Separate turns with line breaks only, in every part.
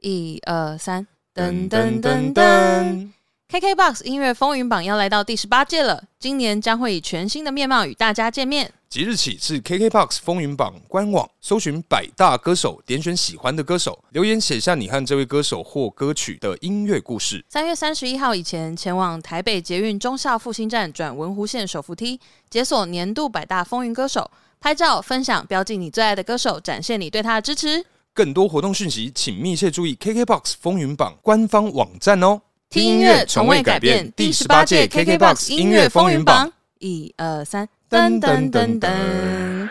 一二三，噔噔噔噔。KKBOX 音乐风云榜要来到第十八届了，今年将会以全新的面貌与大家见面。
即日起至 KKBOX 风云榜官网搜寻百大歌手，点选喜欢的歌手，留言写下你和这位歌手或歌曲的音乐故事。
三月三十一号以前前往台北捷运忠孝复兴站转文湖线手扶梯，解锁年度百大风云歌手，拍照分享，标记你最爱的歌手，展现你对他的支持。
更多活动讯息，请密切注意 KKBOX 风云榜官方网站哦。
听音乐从未改变，第十八届 KKBOX 音乐风云榜，一二三，噔噔噔噔。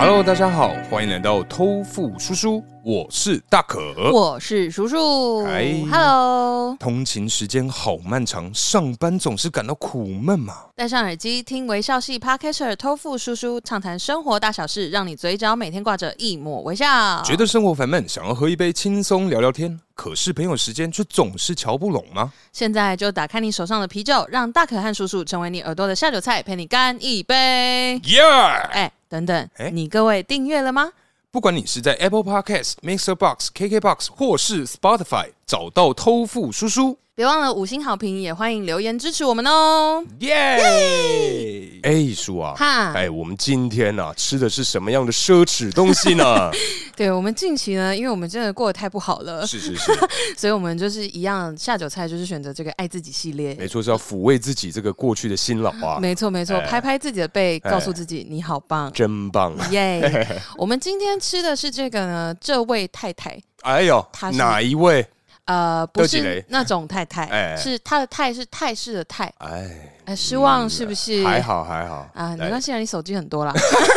Hello，大家好，欢迎来到偷富叔叔，我是大可。
我是叔叔
嗨
，Hello，
通勤时间好漫长，上班总是感到苦闷嘛。
戴上耳机听微笑系 Podcaster 偷富叔叔畅谈生活大小事，让你嘴角每天挂着一抹微笑。
觉得生活烦闷，想要喝一杯轻松聊聊天，可是朋友时间却总是瞧不拢吗？
现在就打开你手上的啤酒，让大可和叔叔成为你耳朵的下酒菜，陪你干一杯。
Yeah！
哎，等等
哎，
你各位订阅了吗？
不管你是在 Apple Podcast、Mixer Box、KK Box 或是 Spotify 找到偷富叔叔，
别忘了五星好评，也欢迎留言支持我们哦。
耶、
哎，叔啊，
哈
哎，我们今天呢、啊、吃的是什么样的奢侈东西 呢？
对我们近期呢，因为我们真的过得太不好了，
是是是，
所以我们就是一样下酒菜，就是选择这个爱自己系列。
没错，是要抚慰自己这个过去的辛劳啊，
没错没错，拍拍自己的背，
哎
告诉自己你好棒。
真棒！
耶 我们今天吃的是这个呢，这位太太，
哎呦
他，是
哪一位？
呃，不
豆姐
是
嘞
那种太太，
哎
是她的泰是泰式的泰，
哎，
哎，失望是不是？
还好哎还好
啊，没
来
关系啊，你手机很 多啦。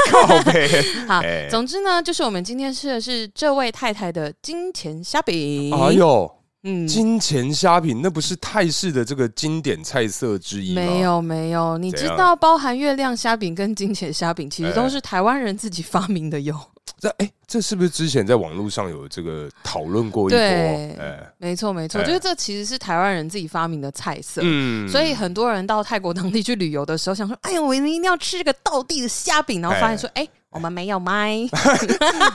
靠背，
好
哎，
总之呢，就是我们今天吃的是这位太太的金钱虾饼。
哎，呦，
嗯，
金钱虾饼那不是泰式的这个经典菜色之一吗？
没有没有，你知
怎样
道包含月亮虾饼跟金钱虾饼其实都
哎
是台湾人自己发明的哟。
这哎，这是不是之前在网络上有这个讨论过一波？
对
哎，
没错没错，
哎
就是这其实是台湾人自己发明的菜色。
嗯
所以很多人到泰国当地去旅游的时候，想说：“哎呀，我一定要吃这个道地的虾饼。”然后发现说：“哎、我们没有卖，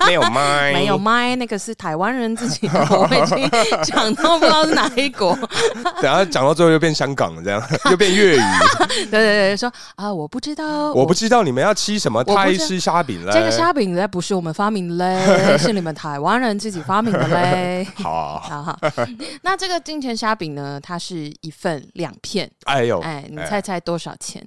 没有 卖，
没有卖，那个是台湾人自己的。”我已经讲到不知道是哪一 国。
等下讲到最后又变香港 了，这样又变粤语。
对对对，说啊，我不知道，
我不知道你们要吃什么
不知道
泰式虾饼嘞。
这个虾饼嘞不是我们发明的嘞，是你们台湾人自己发明的 嘞。
好啊，
好好，那这个金钱虾饼呢，它是一份两片，
哎呦，
哎，你猜猜多少钱？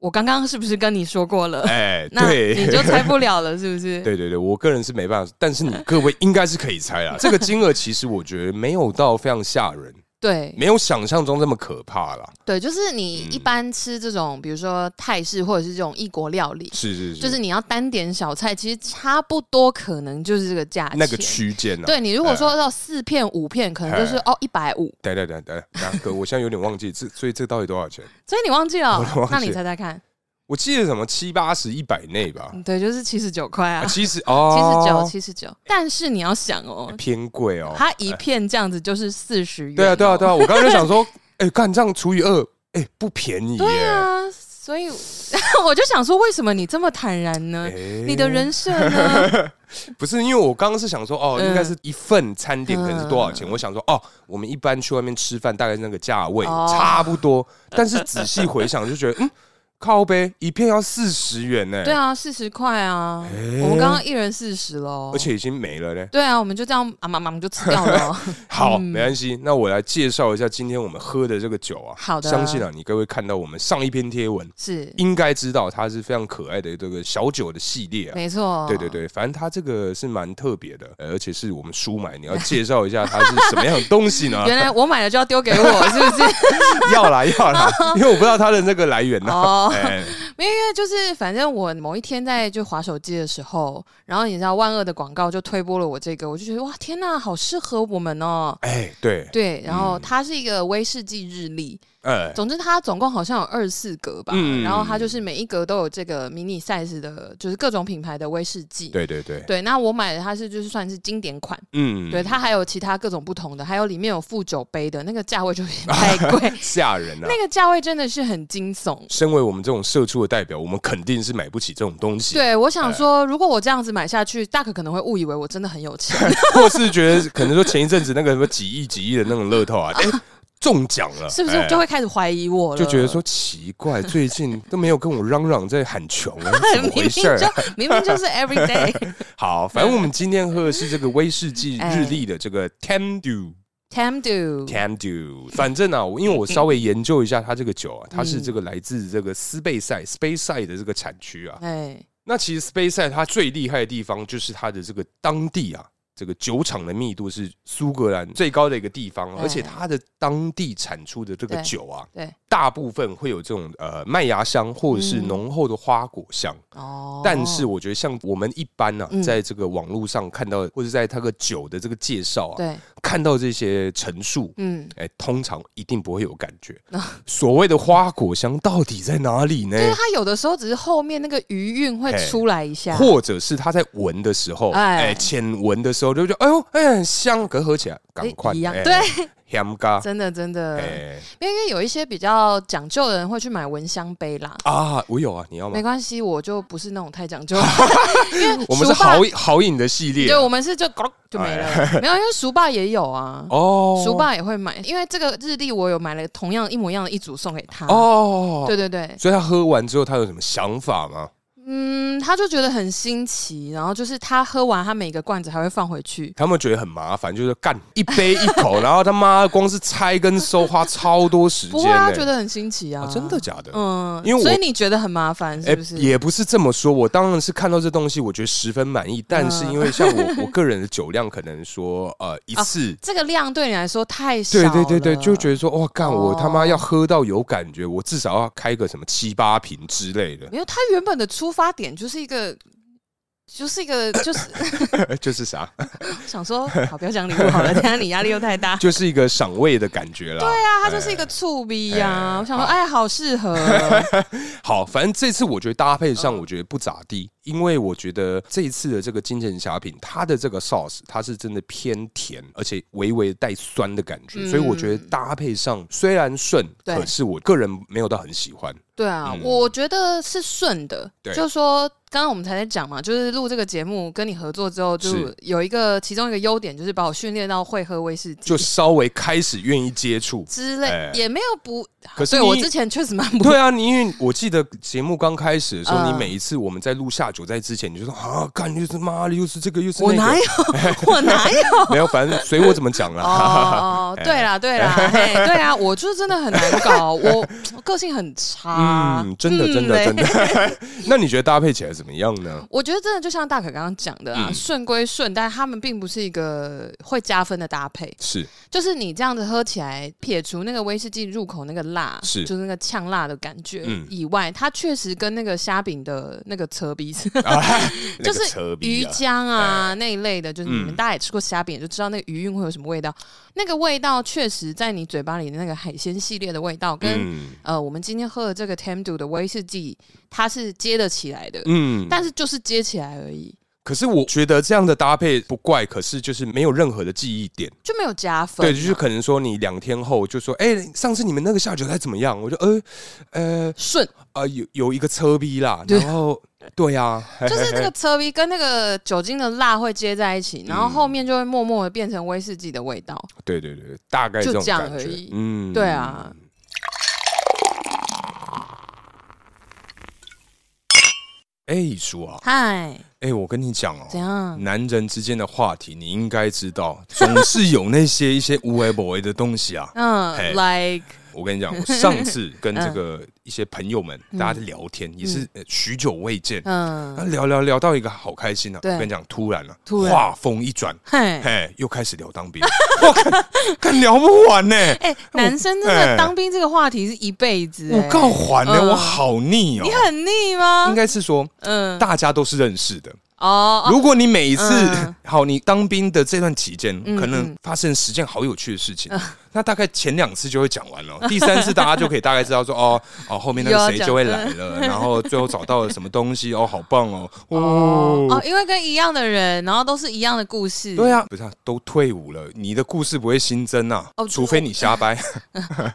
我刚刚是不是跟你说过了？
哎，
那
对，
你就猜不了了，是不是？
对对对，我个人是没办法，但是你各位应该是可以猜 啦。这个金额其实我觉得没有到非常吓人，
对
没有想象中这么可怕啦。
对，就是你
嗯
一般吃这种，比如说泰式或者是这种异国料理，
是是是，
就是你要单点小菜，其实差不多可能就是这个价钱。
那个区嗯间啊。
对你如果说到四片五片，可能就是哦一百五，
对对对对，大哥，我现在有点忘记这，所以这到底多少钱？
所以你忘记了
我忘，记
那你猜猜看，
我记得什么七八十、一百内吧，
对，就是七十九块嗯 啊，七
七十哦，
十九七十九。但是你要想哦，
偏贵哦。
它一片这样子就是四十元哦，
对啊，对啊，对啊！我刚刚就想说， 哎、干这样除以二，哎、不便宜耶、
对啊，所以 我就想说，为什么你这么坦然呢？
哎
你的人设呢？
不是因为我刚刚是想说，哦，
嗯
应该是一份餐点可能是多少钱？我想说，哦，我们一般去外面吃饭大概是那个价位、
哦
差不多，但是仔细回想就觉得，嗯，靠呗，一片要四十元呢、
对啊，四十块啊，我们刚刚一人四十喽，
哎而且已经没了嘞。
对啊，我们就这样啊，妈妈我们就吃掉 了哦。
好，没关系。那我来介绍一下今天我们喝的这个酒啊。
好的
相信啊，你各位看到我们上一篇贴文，
是，
应该知道它是非常可爱的这个小酒的系列啊。
没错，？
对对。对，反正它这个是蛮特别的，呃而且是我们书买，你要介绍一下它是什么样的东西呢
原来我买了 就要丢给我，是不是？
要啦要啦，因为我不知道它的那个来源呢、
哦
哎，
没有，因为就是反正我某一天在就划手机的时候，然后你知道万恶的广告就推播了我这个，我就觉得哇天呐，好适合我们哦。
哎，对，
对，然后它是一个威士忌日历，
嗯哎，
总之它总共好像有二十四格吧，
嗯
然后它就是每一格都有这个 mini size 的，就是各种品牌的威士忌。
对对对，
对，那我买的它是就是算是经典款，
嗯，
对，它还有其他各种不同的，还有里面有附酒杯的那个价位就有点太贵，
吓人啊！
那个价位真的是很惊悚。
身为我们这种社畜的代表，我们肯定是买不起这种东西，，啊
对，我想说，如果我这样子买下去，大可可能会误以为我真的很有 钱。
或是觉得可能说前一阵子那个什么几亿几亿的那种乐透 啊，哎，中奖了，
是不是
哎
就会开始怀疑我了？
就觉得说奇怪，最近都没有跟我嚷嚷在喊 穷啊，怎么
明
回
明
事儿
就
啊？
明明就是 every day
好，反正我们今天喝的是这个威士忌
哎
日历的这个 Tamdu。
time do
Can do，反正啊，我因为我稍微研究一下它这个酒啊，它是这个来自这个斯贝塞 Space 塞的这个产区啊。
哎，
那其实 Space 塞它最厉害的地方就是它的这个当地啊，这个酒厂的密度是苏格兰最高的一个地方，
哎
而且它的当地产出的这个酒啊，
对对
大部分会有这种呃麦芽香或者是浓厚的花果香。
哦，
但是我觉得，像我们一般呢、啊，
嗯
在这个网络上看到，或者在它个酒的这个介绍啊，
对，
看到这些陈述，
嗯，
哎、通常一定不会有感觉。所谓的花果香到底在哪里呢？
就是它有的时候只是后面那个余韵会
哎
出来一下，
或者是他在闻的时候，
哎
哎、浅闻的时候就觉得，哎呦，哎、很香，可合起来，赶快、
哎一样
哎
对，
香嘎，
真的真的，
哎、
因为因为有一些比较讲究的人会去买蚊香杯啦。
啊，我有啊，你要吗
没？关系，我就不是那种太讲 究，
我们是
熟吧
好好饮的系列
对，我们是就咕噜就没了， 没有，因为熟霸也有啊，
哦，
熟爸也会买，因为这个日历我有买了同样一模一样的一组送给他。
哦，
对对对，
所以他喝完之后，他有什么想法吗？
嗯，他就觉得很新奇，然后就是他喝完，他每个罐子还会放回去。
他们觉得很麻烦，就是干一杯一 口，然后他妈光是拆跟收花超多时间、
不会啊，
哎
觉得很新奇啊，
啊真的假的？
嗯，
因为我
所以你觉得很麻烦是不是？
哎也不是这么说。我当然是看到这东西，我觉得十分满意。但
嗯
是因为像我我个人的酒量，可能说呃一次，
这个量对你来说太哦少
对
了，
对对对，就觉得说哇干，
哦
我他妈要喝到有感觉，我至少要开个什么七八瓶之类的，
没有。他原本的出发点就是一个。就是一个，就是
就是啥，
想说，好，不要讲礼物好 了，等一下你压力又太大。
就是一个赏味的感觉啦。对啊，
啊，他就是一个醋逼呀、
哎
我想说，
好
哎，好适合，哦
好，反正这次我觉得搭配
嗯
上，我觉得不咋地，因为我觉得这一次的这个金钱侠品，它的这个 sauce 它是真的偏甜，而且微微带酸的感觉，
嗯
所以我觉得搭配上虽然顺，
对
可是我个人没有到很喜欢。
对啊，
嗯
我觉得是顺的。
对
就说刚刚我们才在讲嘛，就是录这个节目跟你合作之后，就是有一个其中一个优点，就是把我训练到会喝威士忌。
就稍微开始愿意接触
之类，
哎
也没有不。
可是
对
你
我之前确实蛮不
对啊，你因为我记得节目刚开始的时候，
嗯
你每一次我们在录下酒在之前，你就说啊，干又是妈的，又是这个又是
我哦
那
哪
个，
有我哪有？
没有，反正随我怎么讲 啦。
哦， 对
哎
啦对啦，嘿对啊，我就是真的很难搞，我我个性很差。啊
嗯，真的，真
嘞
的，真的。 那你觉得搭配起来怎么样呢？
我觉得真的就像大可刚刚讲的啊，
嗯
顺归顺，但他们并不是一个会加分的搭配。
是
就是你这样子喝起来，撇除那个威士忌入口那个辣，
是
就是那个呛辣的感觉
嗯
以外，它确实跟那个虾饼的那个扯鼻子，
啊，
就
那个
是
车
鱼
鼻啊嗯
浆啊那一类的，就是你们大家也吃过虾饼，就知道那个鱼韵会有什么味道。那个味道确实在你嘴巴里的那个海鲜系列的味道，跟、
嗯
呃我们今天喝的这个 Tamdu 的威士忌，它是接得起来的，
嗯，
但是就是接起来而已，
可是我觉得这样的搭配不怪，可是就是没有任何的记忆点。
就没有加分啊。
对，就是可能说你两天后就说，哎、上次你们那个下酒菜怎么样？我就呃呃
顺，
啊，有有一个车逼啦，
对啊
然后对啊呀，
就是那个车味跟那个酒精的辣会接在一起，
嗯
然后后面就会默默的变成威士忌的味道。
对对对，大概
就
这种
这样
感
而
觉
已，
嗯
对，啊，
哎，叔啊，
嗨，
哎，我跟你讲哦
怎。样？
男人之间的话题，你应该知道，总是有那些一些无为不为的东西啊。
嗯
嘿
，like，
我跟你讲，我上次跟这个一些朋友们，大家在聊天，也是呃许久未见，
嗯，
那聊聊聊到一个好开心啊！
对
我跟你讲，突然啊，
突然
话锋一转，
嘿，
嘿，又开始聊当兵， 我看看聊不完呢、
哎，男生真的
哎
当兵这个话题是一辈子，
我
哎
告还呢、
嗯
我好腻哦、
你很腻吗？
应该是说
嗯，
大家都是认识的。
哦，哦
如果你每一次、
嗯
好，你当兵的这段期间，
嗯
可能发生十件好有趣的事情，那大概前两次就会讲 完了，第三次大家就可以大概知道说，哦哦，后面那
又要
个谁
讲
就会来了，然后最后找到了什么东西，哦，好棒哦，
哦
哦，
哦，因为跟一样的人，然后都是一样的故事，
对，啊，不是、啊、都退伍了，你的故事不会新增啊，
哦
除非你瞎掰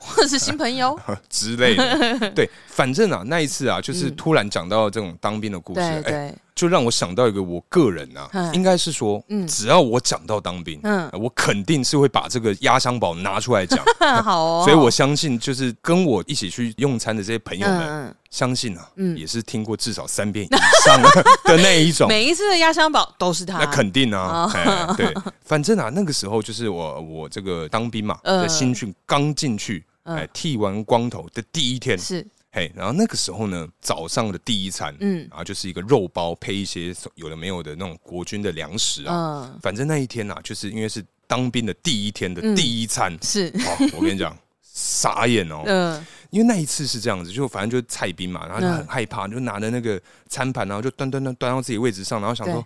或者是新朋友，
之 类的。对，反正啊，那一次啊，就是突然讲到这种当兵的故事，
嗯对
哎，
对，
就让我想到一个我个人啊
嗯，
应该是说
嗯，
只要我讲到当兵，
嗯
呃我肯定是会把这个压箱宝拿出来 讲。
哼好哦，
所以我相信，就是跟我一起去用餐的这些朋友们，
嗯，
相信啊，
嗯
也是听过至少三遍以 上的那一种
嗯，。每一次的压箱宝都是他，
那肯定啊
哦，
哎，对，反正啊，那个时候就是我我这个当兵嘛，
嗯
在新训刚进去，
嗯
哎，剃完光头的第一天，
是，
嘿，然后那个时候呢，早上的第一餐，
嗯
然后就是一个肉包配一些有的没有的那种国军的粮食啊，
嗯，
反正那一天啊，就是因为是当兵的第一天的
嗯
第一餐，
是，
哦，我跟你讲。傻眼哦！
嗯，
因为那一次是这样子，就反正就是菜兵嘛，然后就
嗯
很害怕，就拿着那个餐盘，然后就端端端端到自己位置上，然后想说
对：“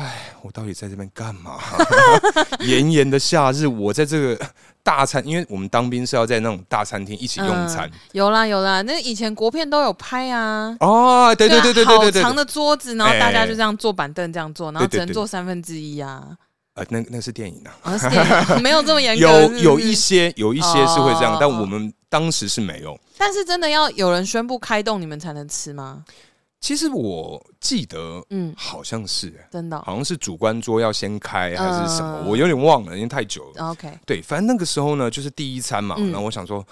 哎，我到底在这边干嘛？” 炎炎的夏日，我在这个大餐，因为我们当兵是要在那种大餐厅一起用餐
嗯，有啦有啦，那以前国片都有拍啊。
哦，对对对对对对对，
好长的桌子，然后大家
哎
就这样坐板凳这样坐，然后
对对
只能
对
坐三分之一啊。
呃，那那是电影啊，
哦是这 样没有这么严格，
有
是不是
有一些有一些是会这样
哦，
但我们当时是没有。
但是真的要有人宣布开动，你们才能吃吗？
其实我记得
嗯，
好像是，
真的哦、
好像是主观桌要先开还是什么，
嗯
我有点忘了，因为太久了。
OK，
对，反正那个时候呢，就是第一餐嘛，
嗯
然后我想说，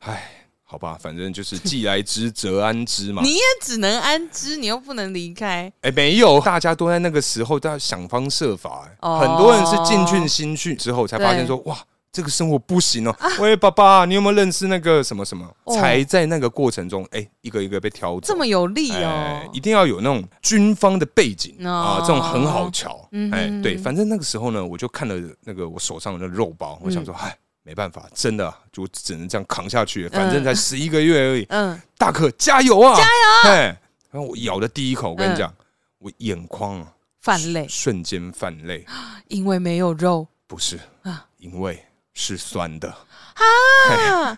哎，好吧，反正就是既来之则安之嘛。
你也只能安之，你又不能离开。
哎，没有，大家都在那个时候都要想方设法，哎
哦
很多人是进去新训之后才发现说，哇。这个生活不行哦！喂，爸爸，你有没有认识那个什么什么？
啊哦
才在那个过程中，哎、一个一个被挑走，
这么有力
哎
哦，
一定要有那种军方的背景、
哦
啊，这种很好瞧。
嗯
哎、
哼
对，反正那个时候呢，我就看了那个我手上的肉包，我想
嗯
说，哎、没办法，真的啊就只能这样扛下去了。反正才十一个月而已，
嗯，
大可加油啊！加油！哎，然后我咬的第一口，我跟你讲，我眼眶啊
泛泪，
瞬间泛泪，
因为没有 肉
不是
啊
因为是酸的。
啊！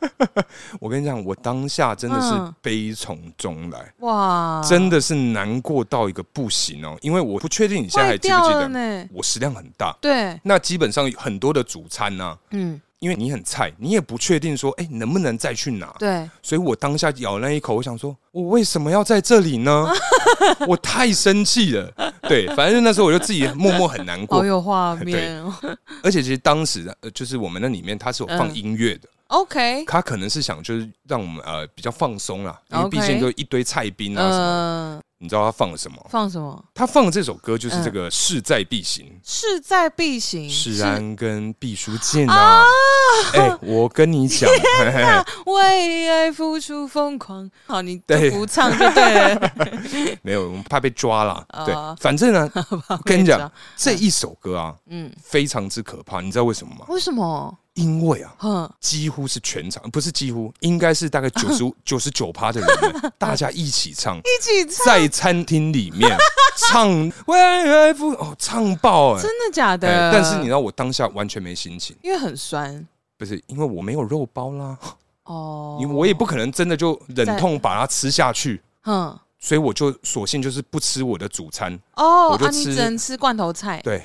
我跟你讲，我当下真的
嗯啊
是悲从中来。
哇，
真的是难过到一个不行哦，因为我不确定你现在
坏
还记不
掉
记
了
得，
呢。
我食量很大，
对，
那基本上很多的主餐呐、
嗯，
因为你很菜，你也不确定说，哎、能不能再去拿？
对，
所以我当下咬那一口，我想说，我为什么要在这 里呢？我太生气了。对，反正那时候我就自己默默很难
好
过。
有画面哦。
而且其实当时呃，就是我们那里面它是有放
嗯
音乐的，
OK，
他可能是想就是让我们呃比较放松啦，因为毕
OK
竟就一堆菜兵啊什么的，
嗯，
你知道他放了什么？
放什么？
他放的这首歌就是这个势在必行，
势在必行。
世
嗯是
安跟毕书尽啊，哎、我跟 你讲， 嘿嘿嘿
为爱付出疯狂。好，你就
对
不唱就对 了。
没有，我们怕被抓啦。
哦
对，反 正呢，我跟你
被抓
讲，这一首歌啊，
嗯，
非常之可怕，你知道为什么吗？
为什么？
因为啊。
哼，
几乎是全场，不是几乎，应该是大 概九十九十九趴的人，大家一起唱，
一起唱，
在餐厅里面 唱，为爱付哦，唱爆哎、
真的假
哎
的？
但是你知道，我当下完全没心情，
因为很酸
不是因为我没有肉包啦，
哦，
你我也不可能真的就忍痛把它吃下去，
哼
所以我就索性就是不吃我的主餐。
哦，
我就
啊，你
吃
只能吃罐头菜。
对，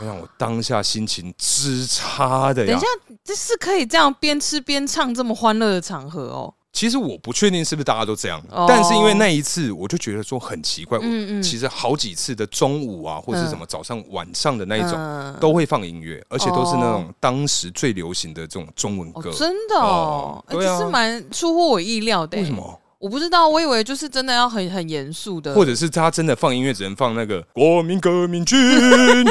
我让我当下心情之差的
等
呀
一下。，这是可以这样边吃边唱这么欢乐的场合哦。
其实我不确定是不是大家都这样，
哦
但是因为那一次，我就觉得说很奇怪。我
嗯嗯
其实好几次的中午啊，或者是什么早上、晚上的那一种，
嗯
都会放音乐，而且都是那种
哦
当时最流行的这种中文歌
哦，。真的哦
哦，
哎
对啊
这是蛮出乎我意料的。欸
为什？么？
我不知道，我以为就是真的要很很严肃的，
或者是他真的放音乐只能放那个国民革命 军，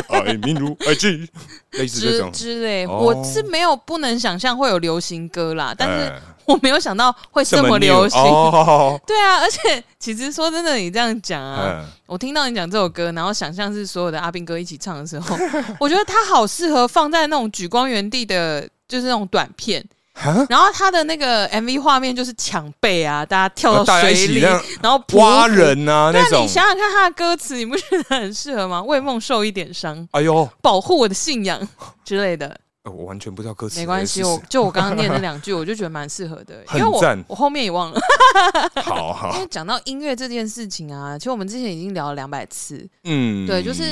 爱民如爱己，类似这
之
种。
之类。
哦
我是没有不能想象会有流行歌啦，但是
哎
我没有想到会这么
new
流行。
哦，
对啊，而且其实说真的，你这样
哦
讲啊，
哎
嗯，
我听到你讲这首歌，然后想象是所有的阿兵哥一起唱的时候， 我觉得它好适合放在那种举光原地的，就是那种短片。然后它的那个 MV 画面就是抢背啊，大家跳到
大家
水
一起
里
这样，
然后匍
挖
匐。
人啊
对啊
那，种
你。想想看它的歌词，你不觉得很适合吗？ 为梦受一点伤，
哎呦，
保护我的信仰 之类的。
呃我完全不知道歌词。
没关系，
哎
我就我刚刚念那 两句，我就觉得蛮适合的，因
很
为我
赞
我后面也 忘了。
好
因
好，
为讲到音乐这件事情啊，其实我们之前已经聊了两百次，
嗯，
对就是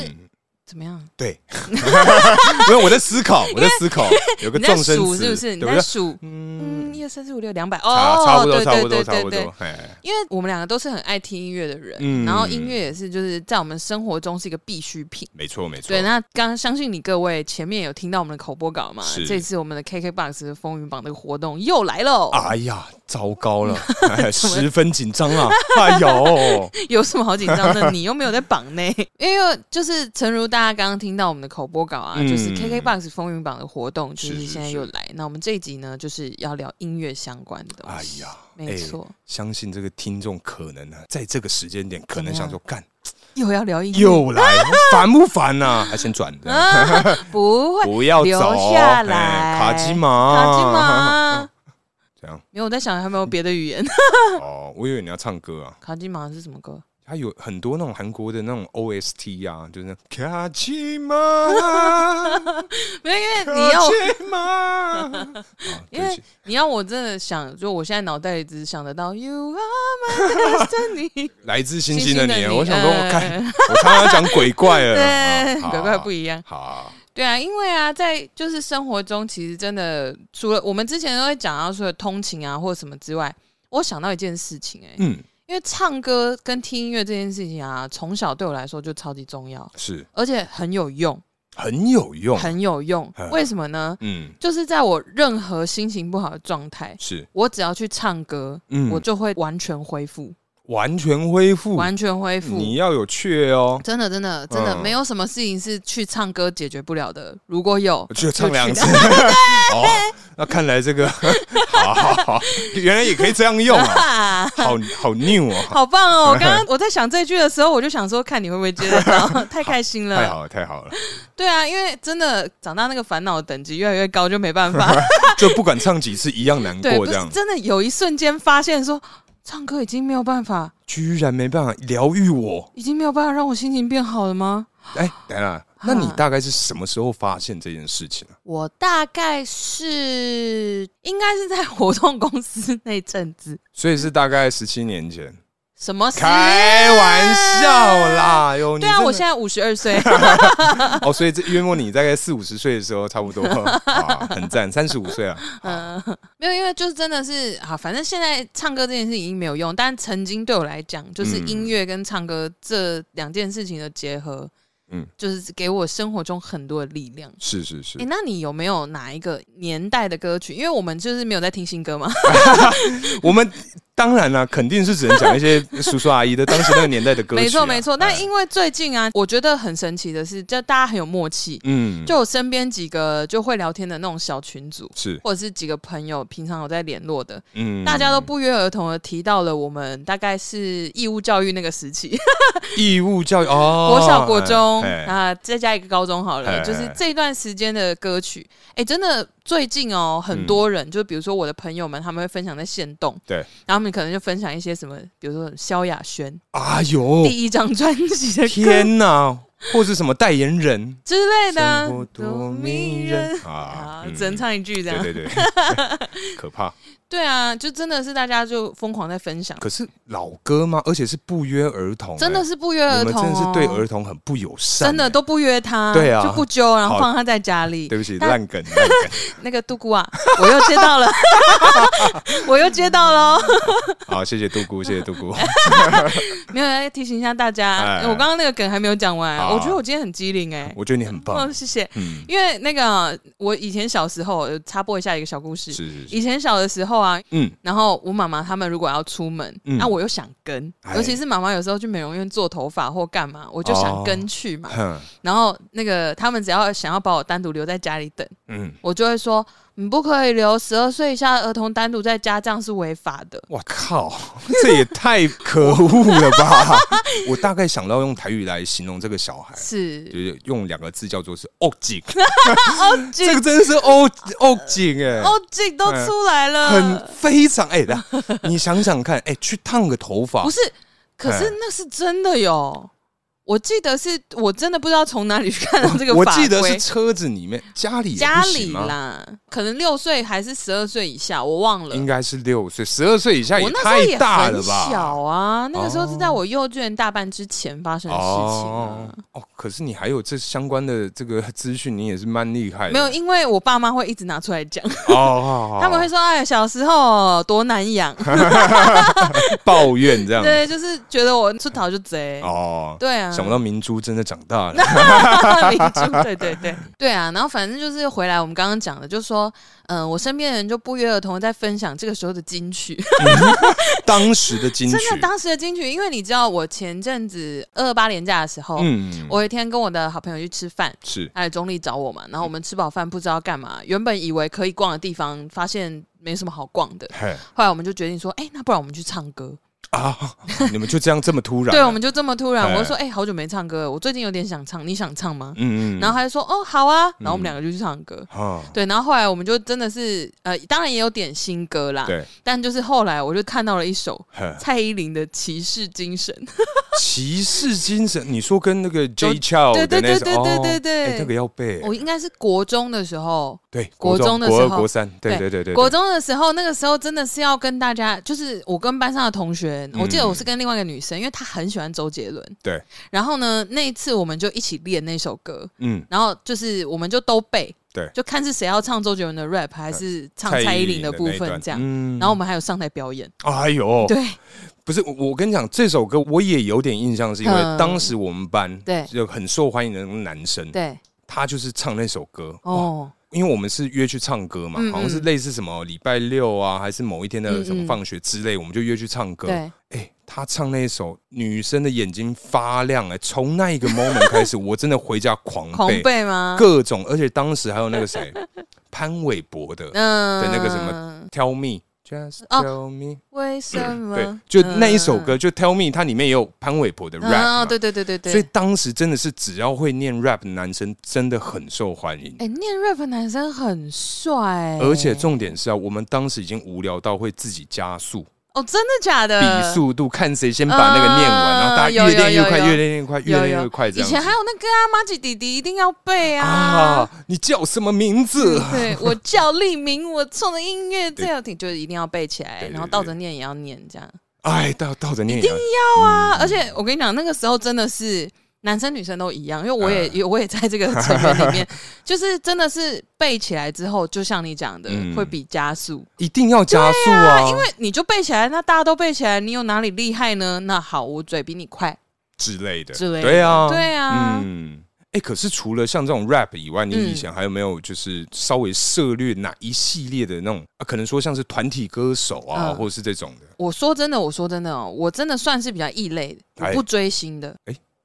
怎么样？
对， 因为我在思考，我在思 考，有个
你在
撞声
数
词
是不是？你
对不
在
对？
数，
嗯，
嗯，一二三四五六，两百
差
哦，
差不多，
对
差不
对
多，
对
差不
对
多
对，。
哎，
因为我们两个都是很爱听音乐的人，
嗯
然后音乐也是就是在我们生活中是一个必需品。
没错没错。
对，那刚相信你各位前面有听到我们的口播稿嘛？
是
这次我们的 KKBOX 风云榜的活动又来哦喽，
哎呀，糟糕 了，哎十分紧张啊！ 哎呦，
有什么好紧张 的？你又没有在榜内，因为就是诚如大家刚刚听到我们的口播稿啊，
嗯
就是 KKBOX 风云榜的活动，就是是
是
现在又来。那我们这一集呢，就是要聊音乐相关的东
哎
西。
呀，
没错，
相信这个听众可能呢、在这个时间点可能想
啊
说，干
又要聊音乐，
又来，烦不烦呐、 还先转的，
不 会
不要
啊留
走，
下来
哎卡基玛，
卡金？ 吗？
怎样？
没有，我在想还有没有别的语言。
哦，我以为你要唱歌啊。
卡金马是什么歌？
它有很多那种韩国的那种 OST 啊，就是那卡基玛，
没有，因为 你
卡
要
基玛。 啊，
因
对不
为
起，
你要我真的想，就我现在脑袋里只想得到 You are my destiny。
来自星星的
星星
你，啊
的你
我想说，我
哎
看 我常常讲鬼怪了，
对，
啊
鬼怪不一样。
好啊，
对啊，因为啊，在就是生活中，其实真的除了我们之前都会讲到说的通勤啊或者什么之外，我想到一件事情、欸，哎、
嗯，
因为唱歌跟听音乐这件事情啊，从小对我来说就超级重要，
是
而且很有用，
很有用，
很有用
嗯。
为什么呢？
嗯，
就是在我任何心情不好的状态，
是，
我只要去唱歌，
嗯，
我就会完全恢复，
完全恢复，
完全恢复。
你要有确哦，
真的，真的，真的，
嗯
没有什么事情是去唱歌解决不了的。如果有
我，就唱两次， 哦，那看来 这个，好好好，原来也可以这样用啊，好好 new 啊，
好棒哦！我刚刚我在想这句的时候，我就想说，看你会不会接得到，太开心
太
了。
好了，太好了，
对啊，因为真的长大那个烦恼等级越来越高，就没办 法。
就不管唱几次一样难
对，
过，
不
这
是
样
真的有一瞬间发现说，唱歌已经没有办法，
居然没办法疗愈我，
已经没有办法让我心情变好了吗？
哎，等一下，那你大概是什么时候发现这件事情啊？
我大概是应该是在活动公司那阵子，
所以是大概十七年前，
什么时
开玩笑。啦，哟，你
对啊，
真的
我现在五十二 岁，
哦，所以这约莫你大概四五十岁的时候，差不 多啊，很赞，三十五岁啊，
嗯，没有，因为就是真的是啊，反正现在唱歌这件事情已经没有用，但曾经对我来讲，就是
嗯
音乐跟唱歌这两件事情的结合，
嗯
嗯，就是给我生活中很多的力量。
是是是
诶，，那你有没有哪一个年代的歌曲？因为我们就是没有在听新歌嘛，
我们当然啦、肯定是只能讲一 些叔叔阿姨的当时那个年代的歌曲、啊，
没错没错。那
哎
因为最近啊，我觉得很神奇的是，就大家很有默契，
嗯，
就我身边几个就会聊天的那种小群组，
是
或者是几个朋友平常有在联络的，
嗯，
大家都不约而同的提到了我们大概是义务教育那个时 期，
义务教育哦，
国小、国中
哎哎
啊，再加一个高中好
哎
了，就是
哎
这段时间的歌曲。哎，真的最近哦，很多人就比如说我的朋友们，他们会分享在线动，
嗯对
然后他们可能就分享一些什么，比如说萧亚轩
哎呦，
第一张专辑的歌
天哪，或是什么代言人，
之类的
生活，多迷人啊
啊，只能唱一句这样。
对对对， 可怕。
对啊，就真的是大家就疯狂在分享，
可是老歌吗？而且是不约而同、
真的
是
是不约
你
而
们
同
真的是
哦，
对儿童很不友善、
真的
哎
都不约他，
对啊
就不揪，然后
好
放他在家里。
对不起，
但
烂梗，烂梗。
那个杜姑啊， 我又接到了， 我又接到了哦。
好，谢谢杜 姑，谢谢杜姑。
没有要提醒一下大
哎
家，我刚刚那个梗还没有讲完，
好
我觉得我今天很机灵哎。
我觉得你很棒
哦，。谢谢。
嗯，
因为那个啊我以前小时候呃插播一下一个小故事。
是是是，
以前小的时候啊，
嗯，
然后我妈妈他们如果要出门，那、
嗯
我又想跟，
哎
尤其是妈妈有时候去美容院做头发或干嘛，我就想跟去嘛。
哼，
然后那个他们只要想要把我单独留在家里等，
嗯，
我就会说你不可以留十二岁以下的儿童单独在家，这样是违法的。
我靠， 这也太可恶了 吧！我大概想到用台语来形容这个小孩，就是是用两个字叫做是“哦景”，
哦，
这
这
个真的是“哦哦景”哎，
哦，呃这都出来了，
很非常哎的。你想想看，哎，去烫个头发
不，是，可
哎
是那是真的有。我记得是我真的不知道从哪里去看到这个
我
法
记得是
规
车子里面，家里也
家
不行啊
里
吗？
啦，可能六岁还是十二岁以下，我忘了
应。该是六岁，十二岁以下
我那时候
太
也
大了
很
吧？
小啊，那个时候是在我幼稚园大班之前发生的事情啊。
哦，可是你还有这相关的这个资讯，你也是蛮厉害的。
没有，因为我爸妈会一直拿出来讲，
哦，
他们会说：“哎，小时候多难养。
抱怨这”样。
对，就是觉得我出逃就贼。
哦，
对啊，
想不到明珠真的长大了。
明珠，对对对，对啊。然后反正就是回来，我们刚刚讲的，就说，嗯、我身边的人就不约而同地在分享这个时候的金曲，
当时的金 曲
真，的当时的金曲，因为你知道，我前阵子二八年假的时候，
嗯，
我有一天跟我的好朋友去吃饭，
是
还有中立找我嘛，然后我们吃饱饭不知道干嘛，原本以为可以逛的地方，发现没什么好逛的，
嘿
后来我们就决定说，哎、那不然我们去唱歌。
啊，你们就这样这么突然？啊
对，我们就这么突然，
哎
我就说，哎、好久没唱歌了，我最近有点想唱，你想唱吗？
嗯，嗯嗯，嗯
然后他就说，哦，好啊，然后我们两个就去唱歌。
啊，
对，然后后来我们就真的是，呃，当然也有点新歌啦，
对，啊
但就是后来我就看到了一首
嘿
蔡依林的《骑士精神》，
骑士精神，你说跟那个 J Chow
对对
的那
对对
首，
对
哦
对对
哎那个要背，
我应该是国中的时候，
对，
国中的
国
时
二
候
国三，对对
对
对对，
国中的时候，那个时候真的是要跟大家，就是我跟班上的同学，我记得我是跟另外一个女生，因为她很喜欢周杰伦，
嗯对，
然后呢，那一次我们就一起练那首歌，
嗯，
然后就是我们就都背，
对
就看是谁要唱周杰伦的 rap 还是唱蔡依林的部分这样。
嗯
然后我们还有上台表演，
哎呦，
对
不是我我跟你讲，这首歌我也有点印象，是因为
嗯
当时我们班
对
就很受欢迎的那个男生，
对
他就是唱那首歌哦，
哦，
因为我们是约去唱歌嘛
嗯，嗯
好像是类似什么礼拜六啊，还是某一天
嗯
的
嗯
什么放学之类，我们就约去唱歌。
对，
哎，他唱那一首，女生的眼睛发亮哎，从那一 个 moment 开始，我真的回家狂
狂
背
背啊吗？
各种，而且当时还有那个谁， 潘玮柏的《
嗯
的那个什么 Tell Me》，Just
哦嗯
Tell Me。
为什么？
对，就那一首歌，就 Tell Me，它里面也有潘玮柏的
嗯
rap，嘛、
哦，对对对对对。
所以当时真的是只要会念 rap 的男生真的很受欢迎。
哎、念 rap 的男生很帅、
而且重点是啊，我们当时已经无聊到会自己加速、
哦，真的假的？
比速度，看谁先把那个念
嗯
完，然后大家
有
越练越
有
快，
有
越练越快，越
有
练
有
越快，这
以
样
前
子
还有那个啊，马吉弟弟一定要背啊。
啊！你叫什么名字？
对我叫立明，我唱的音乐
对
最好听，就是一定要背起来
对，对
然后倒着念也要念这样。
哎，倒倒着念一定
要啊！而且我跟你讲，那个时候真的是男生女生都一样，因为我
嗯
也、也我也在这个成员里 面，就是真的是背起来之后，就像你讲的，
嗯
会比加速。
一定要加速啊！
因为你就背起来，那大家都背起来，你有哪里厉害呢？那好，我嘴比你快。
之类的，
之类的
对啊，
对啊
嗯。哎、可是除了像这种 rap 以外，你
嗯
以前还有没有就是稍微涉略哪一系列的那种？啊、可能说像是团体歌手啊，
嗯
或者是这种的？
我说真的，我说真的哦，我真的算是比较异类的，我
哎
不追星的。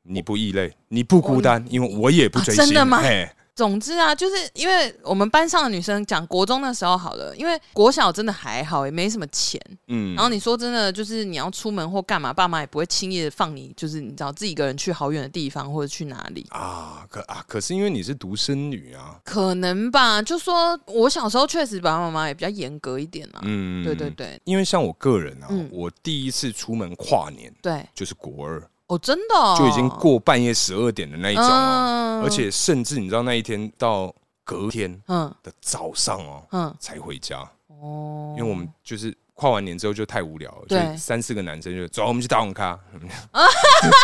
你不异类，你不孤单，因为我也不追星、
啊真的吗
嘿
总之啊，就是因为我们班上的女生讲国中的时候好了，因为国小真的还好，也没什么钱。
嗯，
然后你说真的，就是你要出门或干嘛，爸妈也不会轻易的放你，就是你知道自己一个人去好远的地方或者去哪里。
啊，可啊，可是因为你是独生女啊，
可能吧，就说我小时候确实爸爸妈妈也比较严格一点啊。
嗯，
对对，对
因为像我个人啊，
嗯
我第一次出门跨年
对，
就是国二，
哦，真的、哦、
就已经过半夜十二点的那一种哦、
嗯
而且甚至你知道那一天到隔天
嗯
的早上哦，
嗯
才回家，
哦
因为我们就是跨完年之后就太无聊了，所
对
以三四个男生就走，我们去打 网咖，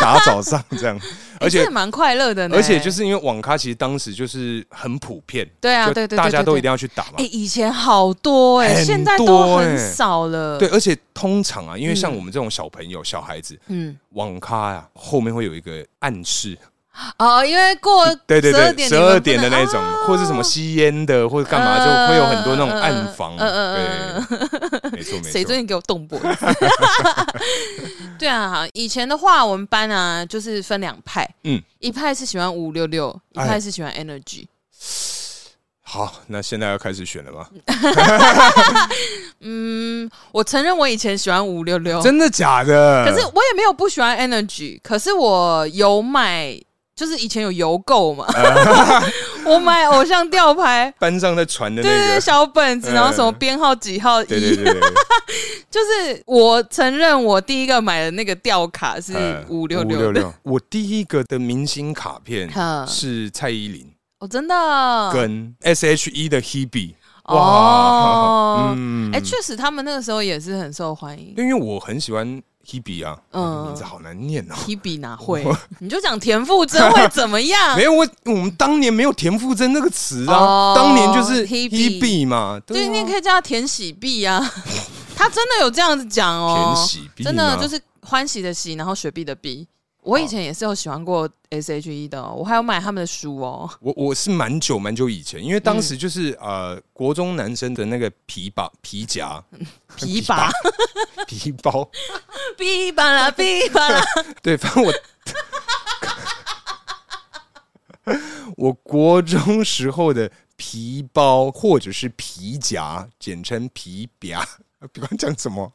打早上这样，
诶
而且
哎这。蛮快乐的呢，
而且就是因为网咖，其实当时就是很普遍，
对啊
就
对对对
大家
对对
都一定要去打嘛
哎、。以前好多哎、
很
现在
多
都
欸
很少了。
对，，而且通常啊，因为像
呃嗯
我们这种小朋友、小孩子，
嗯，
网咖呀后面会有一个暗示，
哦，因为过
对对
12
对，
点
十二点
你
的
们不能
那种，或者什么吸烟的，或者干嘛，就
嗯
会有很多那种暗房。
嗯嗯
对，没错没错。
谁最近给我动过？ 对啊，以前的话，我们班啊就是分两派，
嗯
嗯，一派是喜欢五六六，一
哎
派是喜欢 Energy。
好，那现在要开始选了吗？
嗯，我承认我以前喜欢五六六，
真的假的？
可是我也没有不喜欢 Energy，可是我有买，就是以前有邮购嘛， 我买偶像吊 牌，
班上在传啊的那
对对对，
个，
小本子，
嗯
然后什么编号几号
对对
一，
对对，对
就是我承认我第一个买的那个吊卡是
嗯
五六
五
六的，
六。我第一个的明星卡片
哈
是蔡依林
哦，真的，
跟 S.H.E 的 Hebe。哇
哦，
嗯
哎、确实他们那个时候也是很受欢迎。
因为我很喜欢 Hebe 啊，
嗯
名字好难念哦。
提比哪会？你就讲田馥甄会怎么样
没？有我，我们当年没有田馥甄那个词啊
啊哦，
当年就是
Hebe
Hebe 嘛，
就
对
你也
啊，
可以叫他田喜碧 啊，他真的有这样子讲哦
田，喜碧
真的
吗
就是欢喜的喜，然后雪碧的碧。我以前也是有喜欢过 S H E 的、哦，我还有买他们的书哦。
我我是蛮久蛮久以前，因为当时就是、
嗯
呃，国中男生的那个皮把皮夹、
皮拔
皮包，
哔吧啦哔吧 啦，
对，反正我我国中时候的皮包或者是皮夹，简称皮夹， 不管讲什么。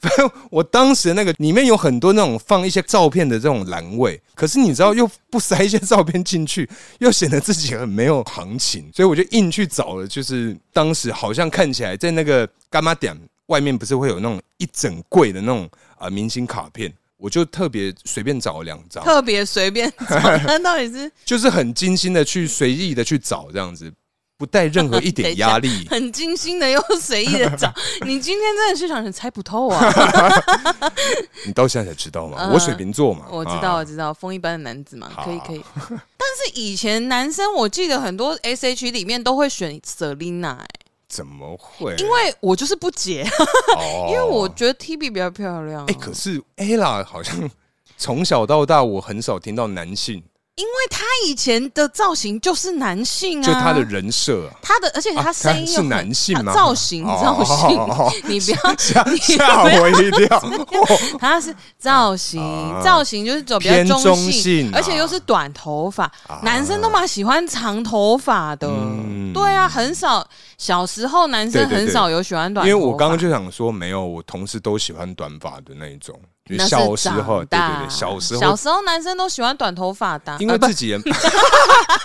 反正我当时那个里面有很多那种放一些照片的这种栏位，可是你知道又不塞一些照片进去，又显得自己很没有行情，所以我就硬去找了，就是当时好像看起来在那个干妈点外面不是会有那种一整柜的那种啊、呃明星卡片，我就特别随便找了两张，
特别随便找，那到底是
就是很精心的去随意的去找这样子，不带任何 一
等
点
一下
压力。
很精心的又随意的找？你今天真的是让人猜不透啊！
你到现在才知道吗？
嗯
我水瓶座嘛，
我知道，
啊
我知道，风一般的男子嘛，可以
好
可以。 但是以前男生我记得很多 S H 里面都会选 Selina，、欸、
怎么会？
因为我就是不解，
哦
因为我觉得 T B 比较漂亮、啊。
哎、可是 ella 好像从小到大，我很少听到男性，
因为他以前的造型就是男性啊，
就他的人设、啊。
他的，而且他声音又
是
很、
男性吗？
他造型
哦
造型，
哦哦哦
你不要
吓吓我一跳！ 哦
他是造型，
啊
造型就是走比较
偏
中
中性啊啊
而且又是短头发，男生都蛮喜欢长头发的。
嗯
对啊，很少小时候男生
对对对
很少有喜欢短
因
头发，
为我刚刚就想说，没有，我同事都喜欢短发的那一种，就
那是
小时
长
候，对
大
对对，小时候
小时候男生都喜欢短头发的啊，
因为自己也。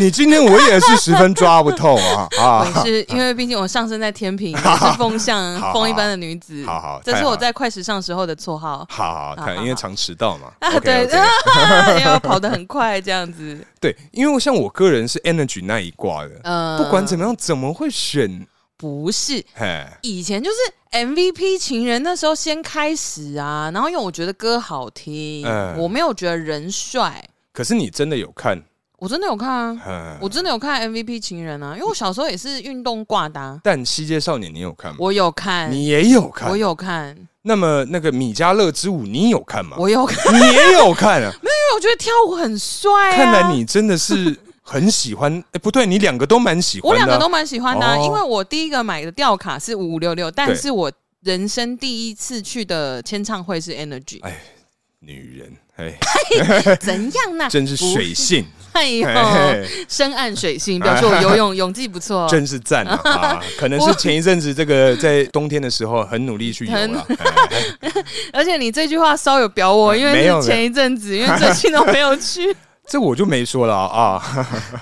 你今天我也是十分抓不透 啊
我
啊！
也是因为毕竟我上升在天 平，我是风
好好
向风一般的女子，
好好
这
太
是
好
我在快时尚时候的绰号
好好看，因为常迟到嘛。
啊，
OK，
对，
OK
因为我跑得很快这样子，
对，因为我像我个人是 energy 那一挂的，
呃，
不管怎
么
么样，怎么会选？
不是。
嘿，
以前就是 MVP 情人那时候先开始啊，然后因为我觉得歌好听，
嗯
我没有觉得人帅，
可是你真的有看？
我真的有看啊，
嗯
我真的有看 MVP 情人啊，因为我小时候也是运动挂搭、
但《西街少年》你有看吗？
我有看，
嗯你也有看
我。有看，
那么那个《米迦勒之舞》你有看吗？
我有看，
你也有 看啊？
因为我觉得跳舞很帅、啊。
看来你真的是很喜欢。哎，不对，你两个都蛮喜
我
欢
两
的
个都
啊。
蛮喜欢的啊、
哦
因为我第一个买的吊卡是五五六六，但
对
是我人生第一次去的签唱会是 Energy，
哎女人，哎，
怎样呢、
真是
不
水，性，
哎呦，
哎，
深谙水性，表示我游泳泳技不错。
真是赞啊！啊可能是前一阵子这个在冬天的时候很努力去游了。哎
而且你这句话稍有表我，因
没
为
有
是前一阵子，因为最近都没有 去。
这我就没说了啊。 啊